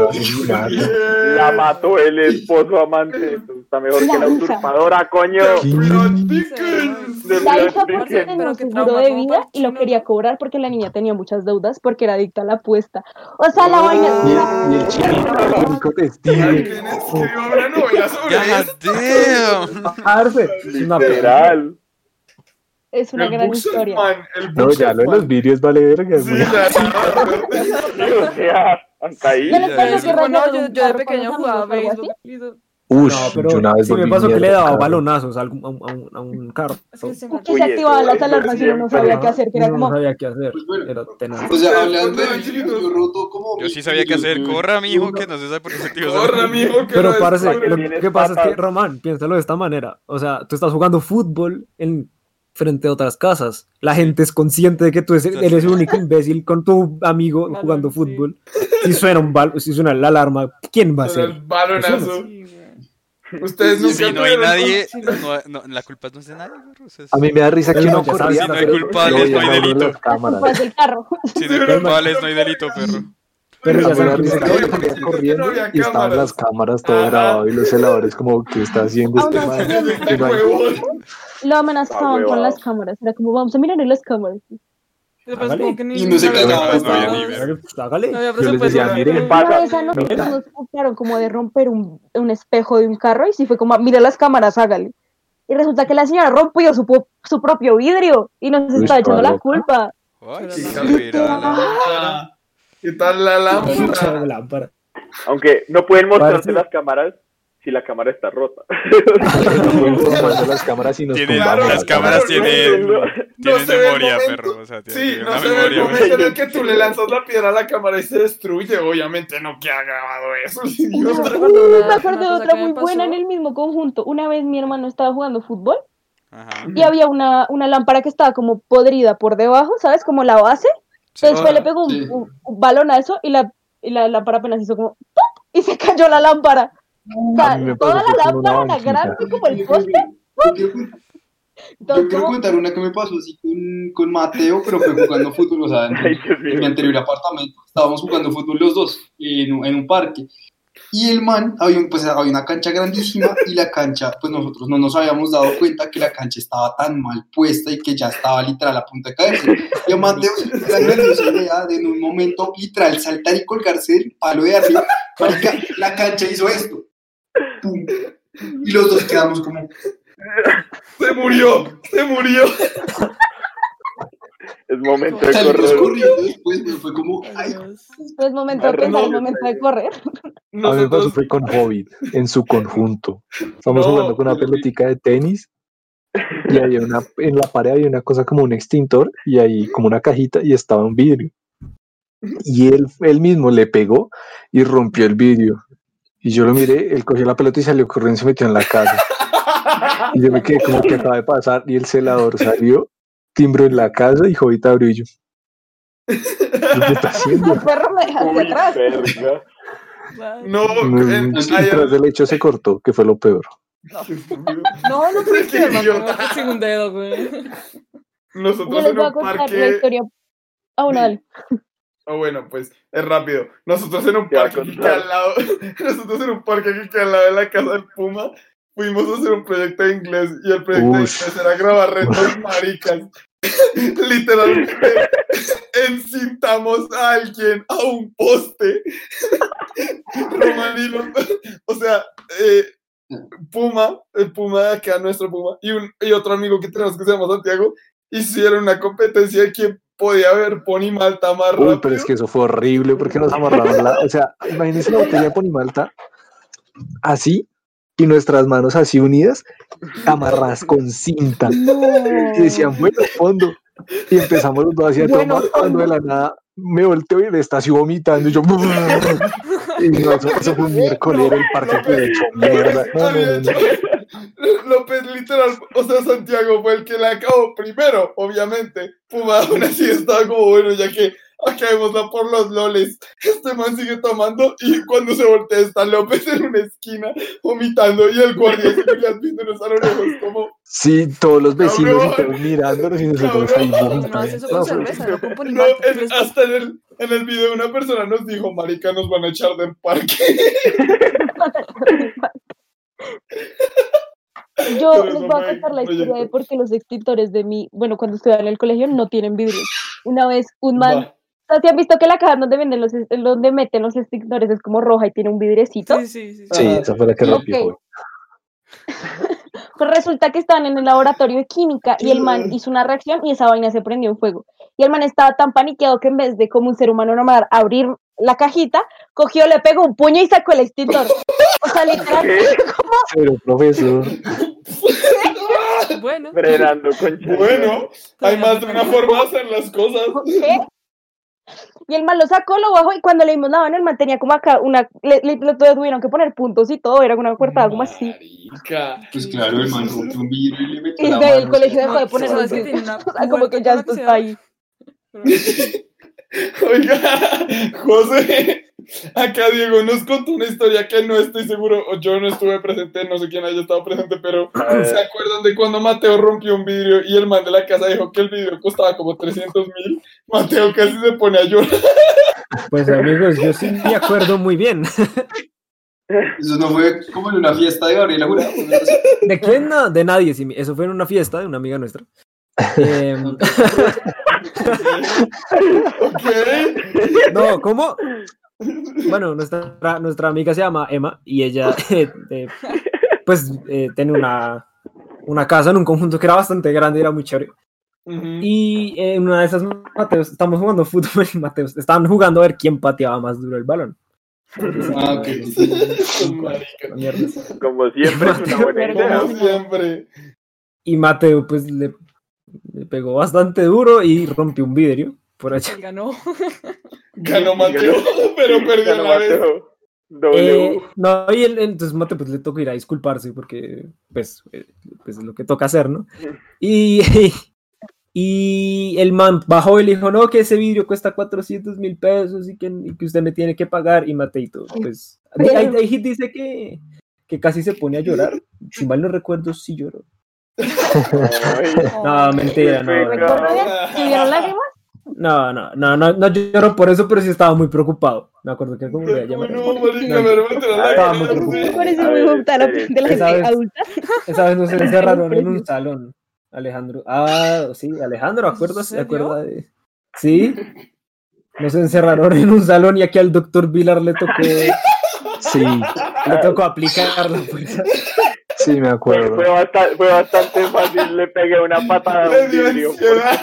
Speaker 6: va a asesinar.
Speaker 4: la mató el esposo amante. Esto Está mejor
Speaker 5: La
Speaker 4: que la
Speaker 5: hija.
Speaker 4: usurpadora, coño.
Speaker 6: ¿Qué?
Speaker 8: Dickens!
Speaker 5: La
Speaker 4: Pero
Speaker 5: hija
Speaker 4: expliquen.
Speaker 5: aparte tenía
Speaker 7: Pero
Speaker 5: un
Speaker 7: qué
Speaker 5: seguro
Speaker 7: trauma,
Speaker 5: de
Speaker 7: ¿cómo
Speaker 5: vida
Speaker 7: para
Speaker 5: y lo
Speaker 7: China,
Speaker 5: quería
Speaker 7: no?
Speaker 5: cobrar porque la niña tenía muchas deudas porque era adicta a la apuesta. O sea, la vaina
Speaker 6: Y
Speaker 8: [LAUGHS]
Speaker 6: el, y el chino era el único
Speaker 8: Alguien
Speaker 6: testigo.
Speaker 8: escribió una novela sobre
Speaker 3: God
Speaker 8: eso.
Speaker 3: damn.
Speaker 1: Parce, es una pena.
Speaker 4: Literal.
Speaker 5: es una
Speaker 8: El
Speaker 5: gran
Speaker 8: Buxel,
Speaker 5: historia.
Speaker 8: man, el
Speaker 6: No, ya lo de los
Speaker 8: Buxel,
Speaker 6: vídeos vale verga.
Speaker 8: Sí,
Speaker 6: güey.
Speaker 8: la verdad.
Speaker 4: Sí, o sea, hasta ahí.
Speaker 5: No les
Speaker 3: Ya,
Speaker 5: pasó
Speaker 3: es
Speaker 5: que
Speaker 7: Como, no,
Speaker 5: rayaron
Speaker 7: yo,
Speaker 5: un
Speaker 7: yo de
Speaker 5: carro con
Speaker 7: pequeño
Speaker 5: los
Speaker 7: jugaba
Speaker 5: amigos o algo
Speaker 7: béisbol.
Speaker 5: así?
Speaker 7: y do-
Speaker 6: Ush,
Speaker 1: No, pero
Speaker 6: yo una vez
Speaker 1: sí me
Speaker 6: volví
Speaker 1: pasó que le
Speaker 6: mierda,
Speaker 1: daba
Speaker 6: cabrón.
Speaker 1: balonazos a un, a un- a un carro.
Speaker 7: Es que se me-
Speaker 5: Que
Speaker 4: Oye,
Speaker 5: se activaban
Speaker 4: eso
Speaker 5: las
Speaker 4: es
Speaker 5: alarmas y uno no
Speaker 4: siempre.
Speaker 5: sabía qué hacer, que era
Speaker 1: Uno
Speaker 5: como,
Speaker 1: No sabía qué hacer.
Speaker 2: Pues bueno.
Speaker 1: Era tenaz.
Speaker 2: O sea,
Speaker 8: Ustedes
Speaker 2: hablando de
Speaker 8: cuando
Speaker 2: vídeos,
Speaker 8: chicos.
Speaker 2: yo roto como.
Speaker 3: Yo sí sabía qué hacer. Corra, mi hijo, que no se sabe por qué se tiró.
Speaker 8: Corra, mijo, que
Speaker 1: Pero
Speaker 8: no
Speaker 1: parce,
Speaker 8: descubre.
Speaker 1: lo
Speaker 4: tienes
Speaker 1: que pasa es que,
Speaker 4: patas.
Speaker 1: Román, piénsalo de esta manera. O sea, tú estás jugando fútbol en frente a otras casas. La gente es consciente de que tú eres, eres el único imbécil con tu amigo
Speaker 7: Balón,
Speaker 1: jugando
Speaker 7: sí.
Speaker 1: fútbol. Si suena, un bal- si suena la alarma, ¿quién va a
Speaker 8: Con
Speaker 1: ser?
Speaker 8: el balonazo.
Speaker 7: Sí, güey.
Speaker 8: Ustedes
Speaker 3: Y
Speaker 8: nunca
Speaker 3: si no hay
Speaker 8: tuvieron-
Speaker 3: nadie, no, no, la culpa no es de nadie. perro, o sea, es-
Speaker 6: A mí me da risa que
Speaker 1: Pero
Speaker 6: no
Speaker 1: ya sabes,
Speaker 6: corría.
Speaker 1: si no
Speaker 3: hay
Speaker 6: pero-
Speaker 3: culpables,
Speaker 6: Yo
Speaker 3: no hay
Speaker 6: veía
Speaker 1: [LAUGHS]
Speaker 3: delito.
Speaker 6: las cámaras.
Speaker 5: culpas del carro.
Speaker 3: Si no hay culpables, no hay delito, perro.
Speaker 1: Pero
Speaker 6: A
Speaker 1: ya
Speaker 6: mí me da
Speaker 1: sabes,
Speaker 6: risa
Speaker 1: dice
Speaker 6: que yo
Speaker 1: que-
Speaker 6: corría
Speaker 8: No
Speaker 6: corriendo
Speaker 8: había
Speaker 6: y estaban
Speaker 8: cámaras.
Speaker 6: las cámaras todo
Speaker 8: Ajá.
Speaker 6: grabado y los celadores como, ¿qué está haciendo este
Speaker 5: Aún así,
Speaker 6: man?
Speaker 8: Este
Speaker 6: Y no hay- [LAUGHS]
Speaker 8: huevón.
Speaker 5: Lo
Speaker 4: Ah,
Speaker 5: amenazaban
Speaker 4: huevado.
Speaker 5: con las cámaras. Era como, vamos a mirar en las cámaras.
Speaker 7: Después
Speaker 1: Hágale.
Speaker 7: como que ni-
Speaker 2: Y no se
Speaker 7: había
Speaker 2: callaba,
Speaker 7: presupuesto,
Speaker 3: no había
Speaker 7: no-
Speaker 3: ni verga.
Speaker 1: Hágale.
Speaker 7: no había
Speaker 6: Yo les decía,
Speaker 7: presupuesto.
Speaker 6: miren,
Speaker 4: Pasa.
Speaker 5: Una vez a nosotros nos culparon como de romper un, un espejo de un carro y sí fue como, mira las cámaras, hágale. Y resulta que la señora rompió su, po- su propio vidrio y nos
Speaker 6: Uy,
Speaker 5: estaba echando
Speaker 6: estaba
Speaker 5: la
Speaker 6: loca.
Speaker 5: culpa.
Speaker 3: Ay,
Speaker 7: Pero
Speaker 3: sí,
Speaker 7: no.
Speaker 3: mira, la-
Speaker 8: Ah, ¿Qué tal la lámpara?
Speaker 1: Mucha lámpara.
Speaker 4: Aunque no pueden mostrarte
Speaker 1: Parece-
Speaker 4: las cámaras si la cámara está rota.
Speaker 6: Nos fuimos las cámaras y nos
Speaker 3: Tienen-
Speaker 6: tumbamos
Speaker 3: las cámaras
Speaker 6: cámaras.
Speaker 3: tienen-
Speaker 4: No,
Speaker 8: No
Speaker 3: Tienen
Speaker 8: se ve el
Speaker 3: memoria,
Speaker 8: momento.
Speaker 3: perro. O sea, tienen
Speaker 8: Sí, no
Speaker 3: una
Speaker 8: se ve el
Speaker 3: memoria, güey.
Speaker 8: momento en el que tú le lanzas la piedra a la cámara y se destruye. Obviamente no queda grabado eso. [LAUGHS]
Speaker 7: Yo
Speaker 8: idiota.
Speaker 7: recuerdo
Speaker 5: Uh,
Speaker 7: una-
Speaker 5: me
Speaker 7: una
Speaker 5: acuerdo de
Speaker 7: cosa
Speaker 5: otra
Speaker 7: que me
Speaker 5: muy buena en
Speaker 7: pasó.
Speaker 5: el mismo conjunto. Una vez mi hermano estaba jugando fútbol
Speaker 3: Ajá.
Speaker 5: y había una, una lámpara que estaba como podrida por debajo, ¿sabes? Como la base.
Speaker 3: Sí.
Speaker 5: Entonces fue, le pegó
Speaker 2: sí.
Speaker 5: un, un- un balón a eso y la, y la lámpara apenas hizo como ¡pop! y se cayó la lámpara. O sea,
Speaker 6: A mí me
Speaker 5: toda
Speaker 6: pasó
Speaker 5: la
Speaker 6: fue con una
Speaker 5: lámpara, la
Speaker 6: banquita.
Speaker 5: grande como el
Speaker 2: Yo creo
Speaker 5: poste.
Speaker 2: que- yo creo- Yo
Speaker 5: Entonces,
Speaker 2: quiero
Speaker 5: como,
Speaker 2: contar una que me pasó así con, con Mateo, pero fue jugando fútbol, o sea, en,
Speaker 4: Ay, Dios mío.
Speaker 2: en mi anterior apartamento. Estábamos jugando fútbol los dos en, un- en un parque. Y el man, había, un- pues, había una cancha grandísima y la cancha, pues nosotros no nos habíamos dado cuenta que la cancha estaba tan mal puesta y que ya estaba literal a punto de caerse. Y a Mateo se le ocurrió la grandiosa idea de en un momento literal saltar y colgarse del palo de arriba. Marica, la cancha hizo esto. Pum. Y los dos quedamos como,
Speaker 8: Se murió, se murió.
Speaker 4: es momento de
Speaker 2: salimos
Speaker 4: correr.
Speaker 2: corriendo después, pero fue como, ay,
Speaker 7: Dios.
Speaker 5: es momento de
Speaker 4: No,
Speaker 5: pensar,
Speaker 4: no,
Speaker 5: es momento de correr. [LAUGHS]
Speaker 6: A mí me pasó
Speaker 8: Nosotros,
Speaker 6: fue con Hobbit, en su conjunto. Estamos
Speaker 8: No,
Speaker 6: jugando con una
Speaker 8: Hobbit.
Speaker 6: pelotica de tenis y había una, en la pared había una cosa como un extintor y ahí como una cajita y estaba un vidrio. Y él, él mismo le pegó y rompió el vidrio. Y yo lo miré, él cogió la pelota y salió corriendo y se metió en la casa. [LAUGHS] Y yo me quedé como que acaba de pasar y el celador salió, timbró en la casa y Hobbit abrió y yo. ¿Qué está haciendo?
Speaker 5: El perro me deja hacia
Speaker 4: Uy,
Speaker 5: atrás.
Speaker 4: verga.
Speaker 8: [LAUGHS] [LAUGHS] no, en-
Speaker 6: Mm, sí,
Speaker 8: [LAUGHS]
Speaker 6: Tras
Speaker 8: ayer-
Speaker 6: del hecho se cortó, que fue lo peor.
Speaker 7: No, no
Speaker 8: Qué
Speaker 7: puede ser, no,
Speaker 8: idiota.
Speaker 7: no, sin un dedo, güey.
Speaker 5: Yo
Speaker 8: nosotros
Speaker 5: les
Speaker 8: en
Speaker 5: voy a
Speaker 8: un
Speaker 5: contar la
Speaker 8: parque.
Speaker 5: historia. Ah, bueno, dale.
Speaker 8: Oh, bueno, pues es rápido. Nosotros en un
Speaker 4: Te va a
Speaker 8: parque que
Speaker 4: contar.
Speaker 8: queda al lado, [LAUGHS] nosotros en un parque que queda al lado de la casa del Puma, fuimos a hacer un proyecto de inglés y el proyecto de
Speaker 6: Ush.
Speaker 8: inglés era grabar retos maricas. [LAUGHS] Literalmente encintamos a alguien a un poste. [LAUGHS] Romanilo, o sea, eh, Puma, el Puma de acá, nuestro Puma, y, un, y otro amigo que tenemos que se llama Santiago, hicieron una competencia de quién podía ver Pony Malta más rápido.
Speaker 6: Uy, pero es que eso fue horrible porque nos amarraron la. O sea, imagínense la botella de Ponimalta así y nuestras manos así unidas, amarradas con cinta. Y decían, bueno, fondo. Y empezamos los dos así a
Speaker 5: Bueno,
Speaker 6: tomar cuando de la nada me volteo y le está así vomitando. Y yo. [LAUGHS] Y no, eso, eso fue un miércoles el parque que de hecho mierda. No, no, no, no.
Speaker 8: López, literal, o sea, Santiago fue el que la acabó primero, obviamente. Puma aún así estaba como bueno, ya que acabémosla por los loles. Este man sigue tomando y cuando se voltea está López en una esquina vomitando y el
Speaker 2: [LAUGHS]
Speaker 8: guardia se le viéndonos a lo lejos como...
Speaker 6: Sí, todos los vecinos
Speaker 8: Cabrón.
Speaker 6: y todos mirándonos y nosotros ahí
Speaker 7: No, no hace eso con
Speaker 6: vomitando.
Speaker 7: cerveza, no con
Speaker 8: No,
Speaker 7: Ponimalta.
Speaker 8: en-
Speaker 7: Entonces,
Speaker 8: hasta en el, en el video una persona nos dijo, marica, nos van a echar del parque.
Speaker 5: Yo
Speaker 8: Pero
Speaker 5: les
Speaker 8: eso
Speaker 5: voy a
Speaker 8: fue
Speaker 5: contar
Speaker 8: un
Speaker 5: la historia de
Speaker 8: proyecto.
Speaker 5: por qué los extintores de mí, bueno, cuando estudiaba en el colegio, no tienen vidrio. Una vez un man,
Speaker 8: Va.
Speaker 5: o sea, ¿sí han visto que la caja donde, venden los, est- donde meten los extintores es como roja y tiene un vidrecito?
Speaker 7: Sí, sí, sí.
Speaker 8: [LAUGHS]
Speaker 6: Sí, esa fue la que
Speaker 5: Ok.
Speaker 6: rompió. güey.
Speaker 5: [LAUGHS] Pues resulta que estaban en el laboratorio de química y el man hizo una reacción y esa vaina se prendió en fuego. Y el man estaba tan paniqueado que en vez de como un ser humano normal abrir la cajita, cogió, le pegó un puño y sacó el extintor. O sea, literal,
Speaker 6: Pero, profesor.
Speaker 7: Bueno,
Speaker 4: Frenando con
Speaker 8: Bueno, hay más de una forma de hacer las cosas.
Speaker 5: ¿qué? Y el man lo sacó, lo bajó y cuando le dimos la mano, el man tenía como acá una. Le, le- le tuvieron que poner puntos y todo, era una cortada como así.
Speaker 8: Marica.
Speaker 2: Pues claro, el man rompe un vidrio y le metió
Speaker 5: Y
Speaker 2: la
Speaker 5: desde el
Speaker 2: mano.
Speaker 5: colegio dejó
Speaker 7: No,
Speaker 5: de poner los
Speaker 7: sabes que
Speaker 5: puntos.
Speaker 7: tiene una
Speaker 5: O sea, como que ya esto está ahí.
Speaker 8: Oiga, [LAUGHS] José, acá Diego nos contó una historia que no estoy seguro, o yo no estuve presente, no sé quién haya estado presente, pero ¿se acuerdan de cuando Mateo rompió un vidrio y el man de la casa dijo que el vidrio costaba como 300 mil? Mateo casi se pone a llorar.
Speaker 1: Pues amigos, yo sí me acuerdo muy bien.
Speaker 2: Eso no fue como en una fiesta de Gabriela Jurado.
Speaker 1: ¿De quién? No, de nadie. sí, Eso fue en una fiesta de una amiga nuestra. Em,
Speaker 8: [LAUGHS] Ok,
Speaker 1: no, ¿cómo? Bueno, nuestra, nuestra amiga se llama Emma y ella, [LAUGHS] eh, eh, pues, eh, tiene una, una casa en un conjunto que era bastante grande y era muy chévere. Y eh, en una de esas, Mateos, estamos jugando fútbol [LAUGHS] y Mateos, estaban jugando a ver quién pateaba más duro el balón.
Speaker 2: Ah, ok.
Speaker 8: marica,
Speaker 1: [LAUGHS] Mierda.
Speaker 4: Como siempre es una buena idea.
Speaker 8: como siempre.
Speaker 1: Y Mateo, pues, le, le pegó bastante duro y rompió un vidrio por allá.
Speaker 7: él ganó.
Speaker 8: Ganó Mateo, pero perdió
Speaker 4: Ya no
Speaker 8: la vez.
Speaker 4: mató.
Speaker 1: Eh,
Speaker 4: W.
Speaker 1: no, y él- él- entonces Mate pues le toca ir a disculparse porque pues, eh, pues es lo que toca hacer, ¿no? Y, [LAUGHS] y el man bajó y le dijo, no, que ese vidrio cuesta 400 mil pesos y que, y que usted me tiene que pagar y Mateito, pues ahí,
Speaker 5: Pero-
Speaker 1: ahí dice que, que casi se pone a llorar, si mal no recuerdo, sí lloró.
Speaker 4: Ay,
Speaker 1: No, mentira, no,
Speaker 4: Venga.
Speaker 1: no,
Speaker 5: ¿Recuerdo bien? ¿Sí vieron lágrimas?
Speaker 1: no, no, no, no, no lloró por eso, pero sí estaba muy preocupado. Me acuerdo que era como le
Speaker 8: Uy,
Speaker 1: llamaron.
Speaker 8: No, marica, pero me entró la
Speaker 1: Estaba muy
Speaker 8: cara,
Speaker 1: preocupado.
Speaker 5: Me
Speaker 8: sí.
Speaker 5: parece
Speaker 4: A
Speaker 5: muy
Speaker 4: ver,
Speaker 5: justa la
Speaker 4: espere.
Speaker 5: opinión de la gente
Speaker 1: ¿Sabes?
Speaker 5: adulta.
Speaker 1: Esa vez nos encerraron en un
Speaker 5: Precioso.
Speaker 1: salón, Alejandro. Ah, sí, Alejandro,
Speaker 7: ¿En
Speaker 1: ¿acuerdas? ¿Se
Speaker 7: serio?
Speaker 1: acuerda de...? Sí. Nos encerraron en un salón y aquí al doctor Vilar le tocó, le
Speaker 6: Sí,
Speaker 1: tocó aplicar la fuerza.
Speaker 3: [LAUGHS]
Speaker 6: sí, me
Speaker 4: Fue,
Speaker 6: acuerdo.
Speaker 4: fue bastante, fue bastante fácil, le pegué una patada a
Speaker 8: Le
Speaker 4: un
Speaker 8: dio
Speaker 4: vidrio.
Speaker 8: ansiedad.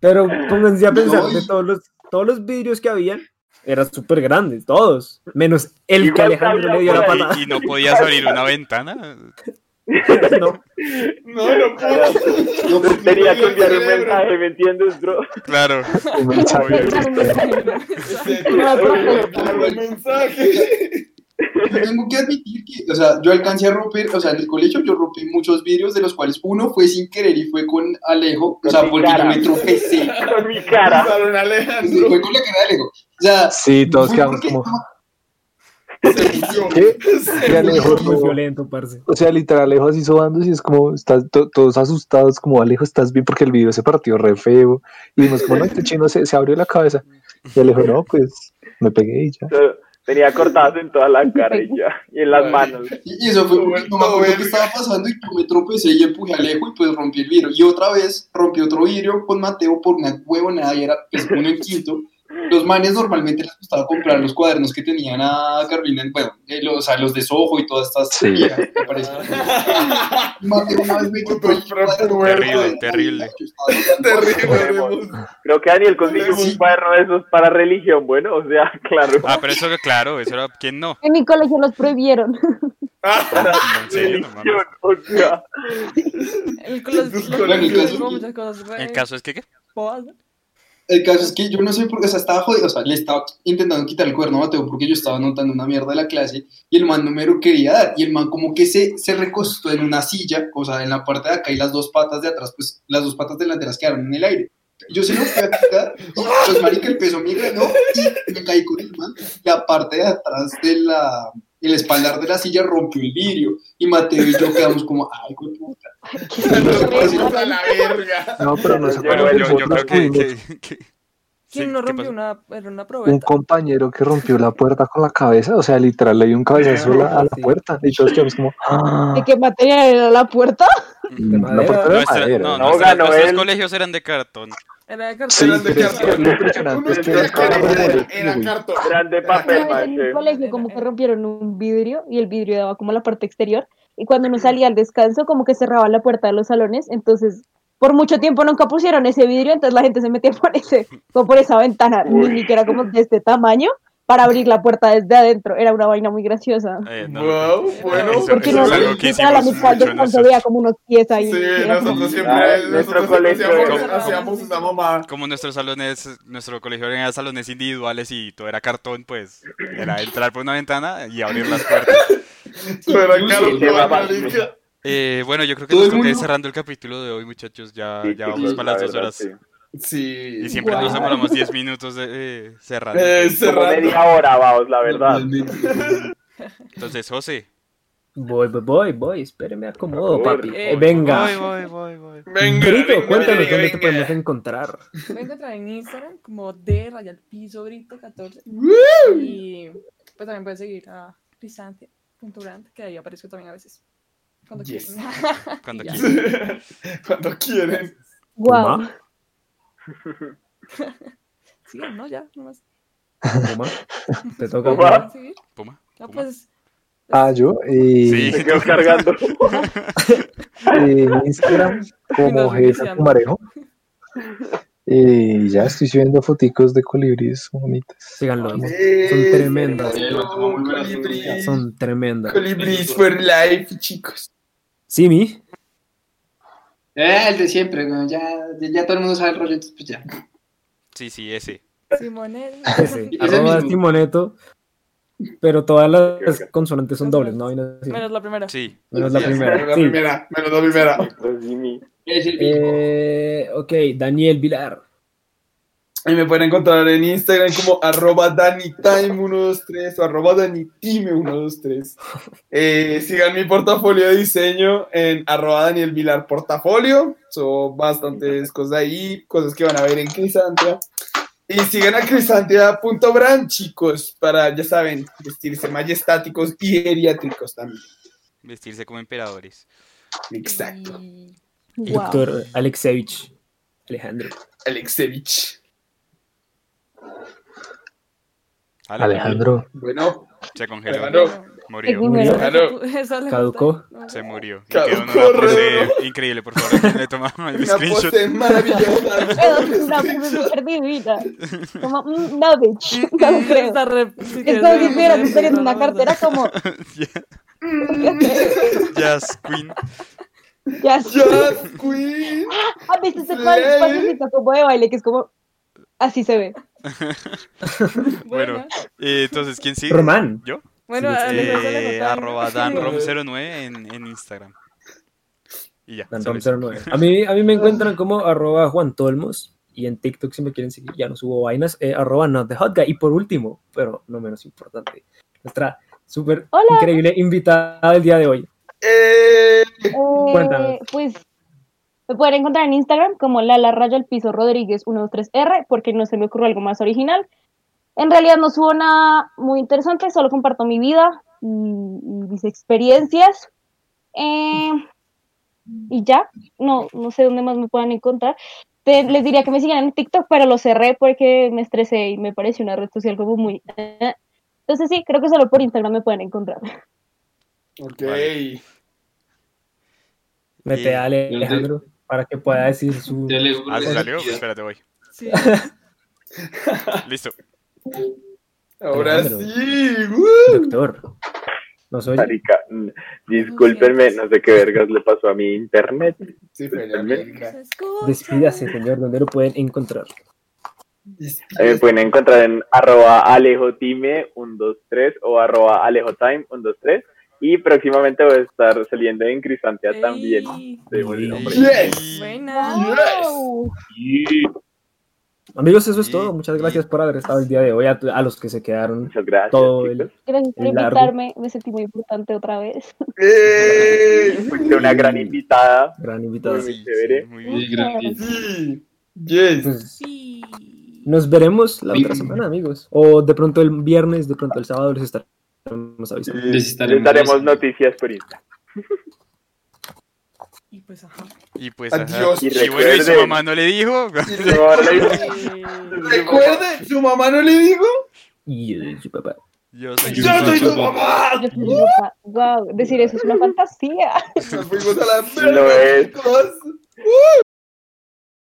Speaker 1: Pero pónganse a pensar
Speaker 2: No,
Speaker 1: que
Speaker 2: y-
Speaker 1: todos los, todos los vidrios que habían eran súper grandes, todos. Menos el que
Speaker 4: Igual
Speaker 1: Alejandro
Speaker 4: había
Speaker 1: le dio la
Speaker 4: por ahí.
Speaker 1: patada.
Speaker 3: ¿Y, y no podías abrir una ventana.
Speaker 1: [LAUGHS] No,
Speaker 8: No, no puedo.
Speaker 2: No, porque
Speaker 4: Tenía que
Speaker 8: Dios,
Speaker 4: enviar un
Speaker 8: cerebro.
Speaker 4: mensaje, ¿me entiendes, bro?
Speaker 3: Claro.
Speaker 6: Un mensaje.
Speaker 5: [LAUGHS]
Speaker 8: Sí, claro, el mensaje.
Speaker 2: yo tengo que admitir que, o sea, yo alcancé a romper, o sea, en el colegio yo rompí muchos vidrios, de los cuales uno fue sin querer y fue con Alejo, o sea,
Speaker 4: Con mi
Speaker 2: porque yo
Speaker 4: cara.
Speaker 2: me tropecé.
Speaker 4: [LAUGHS] Con mi cara.
Speaker 8: Usaron a
Speaker 2: Fue
Speaker 8: Alejandro.
Speaker 2: con la cara de Alejo. O sea,
Speaker 6: Sí, todos
Speaker 2: fue
Speaker 6: quedamos
Speaker 2: porque
Speaker 6: como.
Speaker 2: estaba-
Speaker 6: ¿Qué?
Speaker 1: Muy
Speaker 6: Y Alejo, no.
Speaker 1: violento, parce.
Speaker 6: O sea, literal, Alejo así sobando y es como, estás to- todos asustados, como Alejo, estás bien porque el video se partió re feo. Y dimos como, no, este chino se, se abrió la cabeza. Y Alejo, no, pues me pegué y ya.
Speaker 4: Solo Tenía cortadas en toda la cara y ya, y en las manos.
Speaker 2: Y eso fue, no me acuerdo qué estaba pasando y yo me tropecé y empujé a Alejo y pues rompí el vidrio. Y otra vez rompí otro vidrio con Mateo por una huevonada y era pues uno en quinto. Los manes normalmente les gustaba comprar los cuadernos que tenían a Carolina, bueno, eh, los, o sea, los de Soho y todas estas
Speaker 6: Sí.
Speaker 2: viejas, me parece. Mateo una vez me quitó el cuaderno.
Speaker 3: Terrible, terrible.
Speaker 2: Yo estaba-
Speaker 4: Podemos. Creo que Daniel consiguió un cuaderno de esos para religión, bueno, o sea, [LAUGHS] claro.
Speaker 3: Ah, pero eso que claro, eso era.
Speaker 8: [LAUGHS]
Speaker 3: ¿Quién no?
Speaker 5: En mi colegio
Speaker 4: [LAUGHS]
Speaker 5: los prohibieron.
Speaker 3: En serio, no mames.
Speaker 4: Religión, o sea,
Speaker 7: El, los, los,
Speaker 2: colegas.
Speaker 7: como muchas cosas re
Speaker 3: El caso es que, ¿qué?
Speaker 7: bobas, ¿no?
Speaker 2: El caso es que yo no sé por qué, o sea, estaba jodido, o sea, le estaba intentando quitar el cuerno a Mateo porque yo estaba anotando una mierda de la clase y el man no me lo quería dar y el man como que se, se recostó en una silla, o sea, en la parte de acá y las dos patas de atrás, pues las dos patas delanteras quedaron en el aire. Yo se lo fui a quitar, [LAUGHS] pues marica, el peso me ganó y me caí con el man. La parte de atrás de la, el espaldar de la silla rompió el vidrio y Mateo y yo quedamos como, ay, hijo de puta.
Speaker 5: [LAUGHS]
Speaker 4: Pues,
Speaker 8: Nos a la verga.
Speaker 6: No, pero no se
Speaker 4: Bueno,
Speaker 3: Bueno,
Speaker 6: paró,
Speaker 3: yo, yo
Speaker 6: nosotros
Speaker 3: creo que.
Speaker 6: tuvimos
Speaker 3: que- que-
Speaker 7: ¿Quién
Speaker 3: sí,
Speaker 7: no
Speaker 3: ¿qué
Speaker 7: rompió
Speaker 3: pasó?
Speaker 7: una, era una
Speaker 6: Un
Speaker 7: probeta?
Speaker 6: compañero que rompió la puerta con la cabeza, o sea, literal le dio un cabezazo a la, a la
Speaker 1: Sí.
Speaker 6: puerta y todos quedamos como, ¡ah!
Speaker 5: ¿De qué materia era la puerta?
Speaker 6: La
Speaker 1: madera.
Speaker 6: puerta era de
Speaker 3: Mm, Nuestra-
Speaker 6: madera.
Speaker 3: no,
Speaker 4: No,
Speaker 3: nuestros-
Speaker 4: ganó
Speaker 3: nuestros
Speaker 4: él.
Speaker 3: colegios eran de cartón.
Speaker 7: Era de
Speaker 6: Sí,
Speaker 7: cartón.
Speaker 6: pero es que lo impresionante es que era
Speaker 8: Era-
Speaker 6: como-
Speaker 8: Era cartón.
Speaker 4: Grande
Speaker 8: Era
Speaker 4: papel,
Speaker 8: cartón.
Speaker 5: Una vez en
Speaker 4: Manche.
Speaker 5: un colegio como que rompieron un vidrio y el vidrio daba como a la parte exterior y cuando uno salía al descanso como que cerraban la puerta de los salones, entonces por mucho tiempo nunca pusieron ese vidrio, entonces la gente se metía por ese, como por esa ventana,
Speaker 4: Uy.
Speaker 5: ni que era como de este tamaño para abrir la puerta desde adentro, era una vaina muy graciosa.
Speaker 3: Eh, no,
Speaker 8: Wow, bueno. pues,
Speaker 3: Eso-
Speaker 5: Porque
Speaker 3: eso
Speaker 5: no,
Speaker 3: es algo que
Speaker 5: literal, a
Speaker 3: hicimos
Speaker 5: mitad del
Speaker 3: mucho
Speaker 5: descanso
Speaker 3: nosotros.
Speaker 5: veía como unos pies ahí.
Speaker 8: Sí,
Speaker 5: era como-
Speaker 8: nosotros
Speaker 4: Ah,
Speaker 8: siempre,
Speaker 4: nuestro
Speaker 8: nosotros siempre
Speaker 4: colegio
Speaker 8: hacíamos,
Speaker 7: era-
Speaker 8: hacíamos una mamá.
Speaker 3: Como nuestros salones, nuestro colegio eran salones individuales y todo era cartón, pues era entrar por una ventana y abrir las puertas.
Speaker 7: [LAUGHS]
Speaker 8: Era
Speaker 2: Incluso,
Speaker 8: cartón,
Speaker 4: llevaba-
Speaker 8: marica.
Speaker 3: Eh, bueno, yo creo que
Speaker 2: Todo
Speaker 3: nos
Speaker 2: el
Speaker 3: toca ir
Speaker 2: mundo-
Speaker 3: cerrando el capítulo de hoy, muchachos. Ya,
Speaker 4: Sí,
Speaker 3: Ah, ya
Speaker 4: sí,
Speaker 3: vamos
Speaker 4: sí,
Speaker 3: para
Speaker 4: la
Speaker 3: las dos
Speaker 4: verdad,
Speaker 3: horas.
Speaker 4: sí.
Speaker 8: Sí.
Speaker 3: Y siempre nos
Speaker 5: Guau.
Speaker 3: demoramos 10 minutos de, eh, cerrando.
Speaker 8: Eh,
Speaker 4: Como
Speaker 8: cerrando.
Speaker 4: media hora, vamos, la verdad.
Speaker 3: Entonces, José.
Speaker 1: Voy, voy, voy, voy, espéreme, acomodo,
Speaker 4: Por favor.
Speaker 1: papi.
Speaker 7: Eh,
Speaker 1: venga.
Speaker 3: voy, voy, voy.
Speaker 8: Venga,
Speaker 1: Brito,
Speaker 8: venga,
Speaker 1: cuéntame
Speaker 8: venga,
Speaker 1: dónde te
Speaker 8: venga.
Speaker 1: podemos encontrar.
Speaker 7: Me encuentran en Instagram como de rayal piso brito 14 y pues también pueden seguir a crisantia.brand que ahí aparezco también a veces. Cuando
Speaker 8: Yes.
Speaker 7: quieran.
Speaker 3: Cuando
Speaker 7: Ya.
Speaker 3: quieras.
Speaker 8: [LAUGHS] Cuando quieren.
Speaker 5: Guau.
Speaker 1: Puma,
Speaker 7: [LAUGHS] Sí, no, ya, nomás.
Speaker 1: Puma, te toca.
Speaker 4: Puma.
Speaker 1: Puma.
Speaker 7: ¿Pueden seguir?
Speaker 3: Puma.
Speaker 7: No,
Speaker 3: Puma.
Speaker 7: pues
Speaker 6: Ah, yo, eh,
Speaker 3: Sí.
Speaker 4: Se
Speaker 8: [LAUGHS]
Speaker 4: quedó cargando.
Speaker 6: eh, en Instagram como
Speaker 7: Nos
Speaker 6: Jeta
Speaker 7: iniciamos.
Speaker 6: Pumarejo. Eh, ya estoy subiendo foticos de colibríes bonitas.
Speaker 1: Síganlo.
Speaker 7: Son
Speaker 8: Eh,
Speaker 1: tremendas.
Speaker 2: [LAUGHS]
Speaker 8: Son colibríes.
Speaker 1: Son tremendas.
Speaker 8: Colibríes for life, chicos. [LAUGHS]
Speaker 1: Simi,
Speaker 2: Eh, el de siempre, güey, ya, ya todo el mundo sabe el rollo, entonces pues ya.
Speaker 3: Sí, sí, ese.
Speaker 7: Simonel. [LAUGHS]
Speaker 1: ese,
Speaker 2: Ese
Speaker 1: arroba
Speaker 2: mismo.
Speaker 1: Simoneto. Pero todas las
Speaker 4: Verga.
Speaker 1: consonantes son dobles, ¿no? Hay nada así.
Speaker 7: Menos la primera.
Speaker 3: Sí.
Speaker 1: Menos la
Speaker 8: Sí, Menos
Speaker 1: primera.
Speaker 8: la
Speaker 1: Sí.
Speaker 8: primera. Menos la primera.
Speaker 4: Pues, Jimmy.
Speaker 2: Es el
Speaker 1: Eh, ok, Daniel Vilar.
Speaker 8: Y me pueden encontrar en Instagram como [LAUGHS] arroba danitime123 o arroba danitime123. Eh, sigan mi portafolio de diseño en arroba Daniel Vilar Portafolio. Son [LAUGHS] bastantes cosas ahí, cosas que van a ver en Crisantia. Y sigan a crisantia.brand, chicos, pues, para, ya saben, vestirse majestáticos y geriátricos también.
Speaker 3: Vestirse como emperadores.
Speaker 8: Exacto.
Speaker 7: Y-
Speaker 5: Guau.
Speaker 1: Víctor Alexevich. Alejandro.
Speaker 8: Alexevich.
Speaker 3: Ala,
Speaker 6: Alejandro,
Speaker 8: Bueno,
Speaker 3: Se congeló.
Speaker 8: Alejandro.
Speaker 3: Murió.
Speaker 5: Bueno.
Speaker 8: Claro.
Speaker 7: [LAUGHS] Esa le
Speaker 1: Caducó.
Speaker 7: gusta. [LAUGHS] No.
Speaker 3: Se murió. Y
Speaker 8: Claro,
Speaker 3: quedó en una
Speaker 8: corre,
Speaker 3: pose increíble, por favor. Le tomamos el
Speaker 8: una
Speaker 3: screenshot. [LAUGHS]
Speaker 8: pose [LAUGHS] maravillosa.
Speaker 5: Pero es una cosa súper divina. Como, mm, no, bitch, no lo creo.
Speaker 7: Está re- sí,
Speaker 5: Es
Speaker 7: que
Speaker 5: como
Speaker 7: no,
Speaker 5: si estuvieras
Speaker 7: no,
Speaker 5: en
Speaker 7: no,
Speaker 5: una
Speaker 7: no, [LAUGHS]
Speaker 5: cartera como,
Speaker 3: Ya-
Speaker 5: ya
Speaker 3: Jazz Queen.
Speaker 5: sé. Ah,
Speaker 8: Just Queen.
Speaker 5: ¿Has visto ese cuadro
Speaker 8: Slay.
Speaker 5: pasecito como de baile que es como, así se ve?
Speaker 3: Bueno, eh, entonces, ¿quién sigue?
Speaker 1: Román.
Speaker 3: ¿Yo?
Speaker 7: Bueno,
Speaker 1: Sí,
Speaker 7: a Alejandro le
Speaker 3: Eh,
Speaker 7: gusta-
Speaker 3: arroba danrom09 en, en Instagram. Y ya.
Speaker 1: Dan
Speaker 3: solo
Speaker 1: Rom
Speaker 3: eso.
Speaker 1: 09. A mí, a mí me encuentran como arroba Juan Tolmos. Y en TikTok, si me quieren seguir, ya no subo vainas. eh, arroba not the hot guy. Y por último, pero no menos importante, nuestra Súper
Speaker 5: Hola.
Speaker 1: increíble invitada del día de hoy.
Speaker 2: Eh,
Speaker 5: Eh,
Speaker 1: Cuéntanos.
Speaker 5: Pues me pueden encontrar en Instagram como Lala Rayo al Piso Rodríguez 123R, porque no se me ocurre algo más original. En realidad no subo nada muy interesante, solo comparto mi vida y, y mis experiencias. Eh, y ya, no, no sé dónde más me puedan encontrar. Te- les diría que me sigan en TikTok, pero lo cerré porque me estresé y me pareció una red social como muy... eh. Entonces sí, creo que solo por Instagram me pueden encontrar.
Speaker 8: Ok.
Speaker 3: Vale.
Speaker 1: Mete a
Speaker 2: te-
Speaker 1: Alejandro para que pueda decir su.
Speaker 2: ya le-
Speaker 3: Ah, ¿se salió? Espérate, voy.
Speaker 7: Sí.
Speaker 3: Listo.
Speaker 8: Ahora
Speaker 1: Alejandro.
Speaker 8: sí. ¡uh!
Speaker 1: Doctor. ¿Nos oye?
Speaker 4: Marica, mm, discúlpenme, no sé qué vergas le pasó a mi internet.
Speaker 8: Sí, fue la
Speaker 4: También.
Speaker 8: verga.
Speaker 1: Despídase, señor. ¿Dónde lo pueden encontrar?
Speaker 4: Ahí Eh, me pueden encontrar en arroba alejotime123 o arroba alejotime123. Y próximamente voy a estar saliendo en Crisantea también.
Speaker 7: Ey,
Speaker 4: De un nombre.
Speaker 8: Yes.
Speaker 7: Buena.
Speaker 5: Wow.
Speaker 1: Amigos, eso es
Speaker 3: Y-
Speaker 1: todo. Muchas gracias por haber estado el día de hoy. A, a los que se quedaron
Speaker 4: Muchas gracias.
Speaker 1: todo
Speaker 4: chicos.
Speaker 1: el.
Speaker 5: Gracias por
Speaker 1: Largo.
Speaker 5: invitarme, me sentí muy importante otra vez.
Speaker 8: ¡Eh!
Speaker 4: Fuiste una gran invitada.
Speaker 1: Gran invitado.
Speaker 3: Sí, sí,
Speaker 4: chévere.
Speaker 3: muy bien.
Speaker 2: Sí, gratis.
Speaker 8: Sí. Yes.
Speaker 1: Pues,
Speaker 7: Sí.
Speaker 1: nos veremos la
Speaker 2: Sí.
Speaker 1: otra semana, amigos. O de pronto el viernes, de pronto el sábado les estaremos avisando.
Speaker 2: Les estaremos
Speaker 4: Les daremos noticias por Instagram.
Speaker 7: Y pues, ajá.
Speaker 3: Y pues, ajá.
Speaker 8: Adiós.
Speaker 4: Y
Speaker 3: Y bueno, y su
Speaker 4: recuerden-
Speaker 3: mamá no le dijo. [LAUGHS]
Speaker 7: Eh,
Speaker 8: Pues, Recuerden, su mamá no le dijo.
Speaker 1: Y yo, yo, papá.
Speaker 3: Yo
Speaker 8: Yo soy tu mamá.
Speaker 5: [LAUGHS] Yo soy loca. Guau, decir eso es una fantasía.
Speaker 8: Nos fuimos a la
Speaker 4: Lo
Speaker 8: verga,
Speaker 4: es.
Speaker 8: chicos.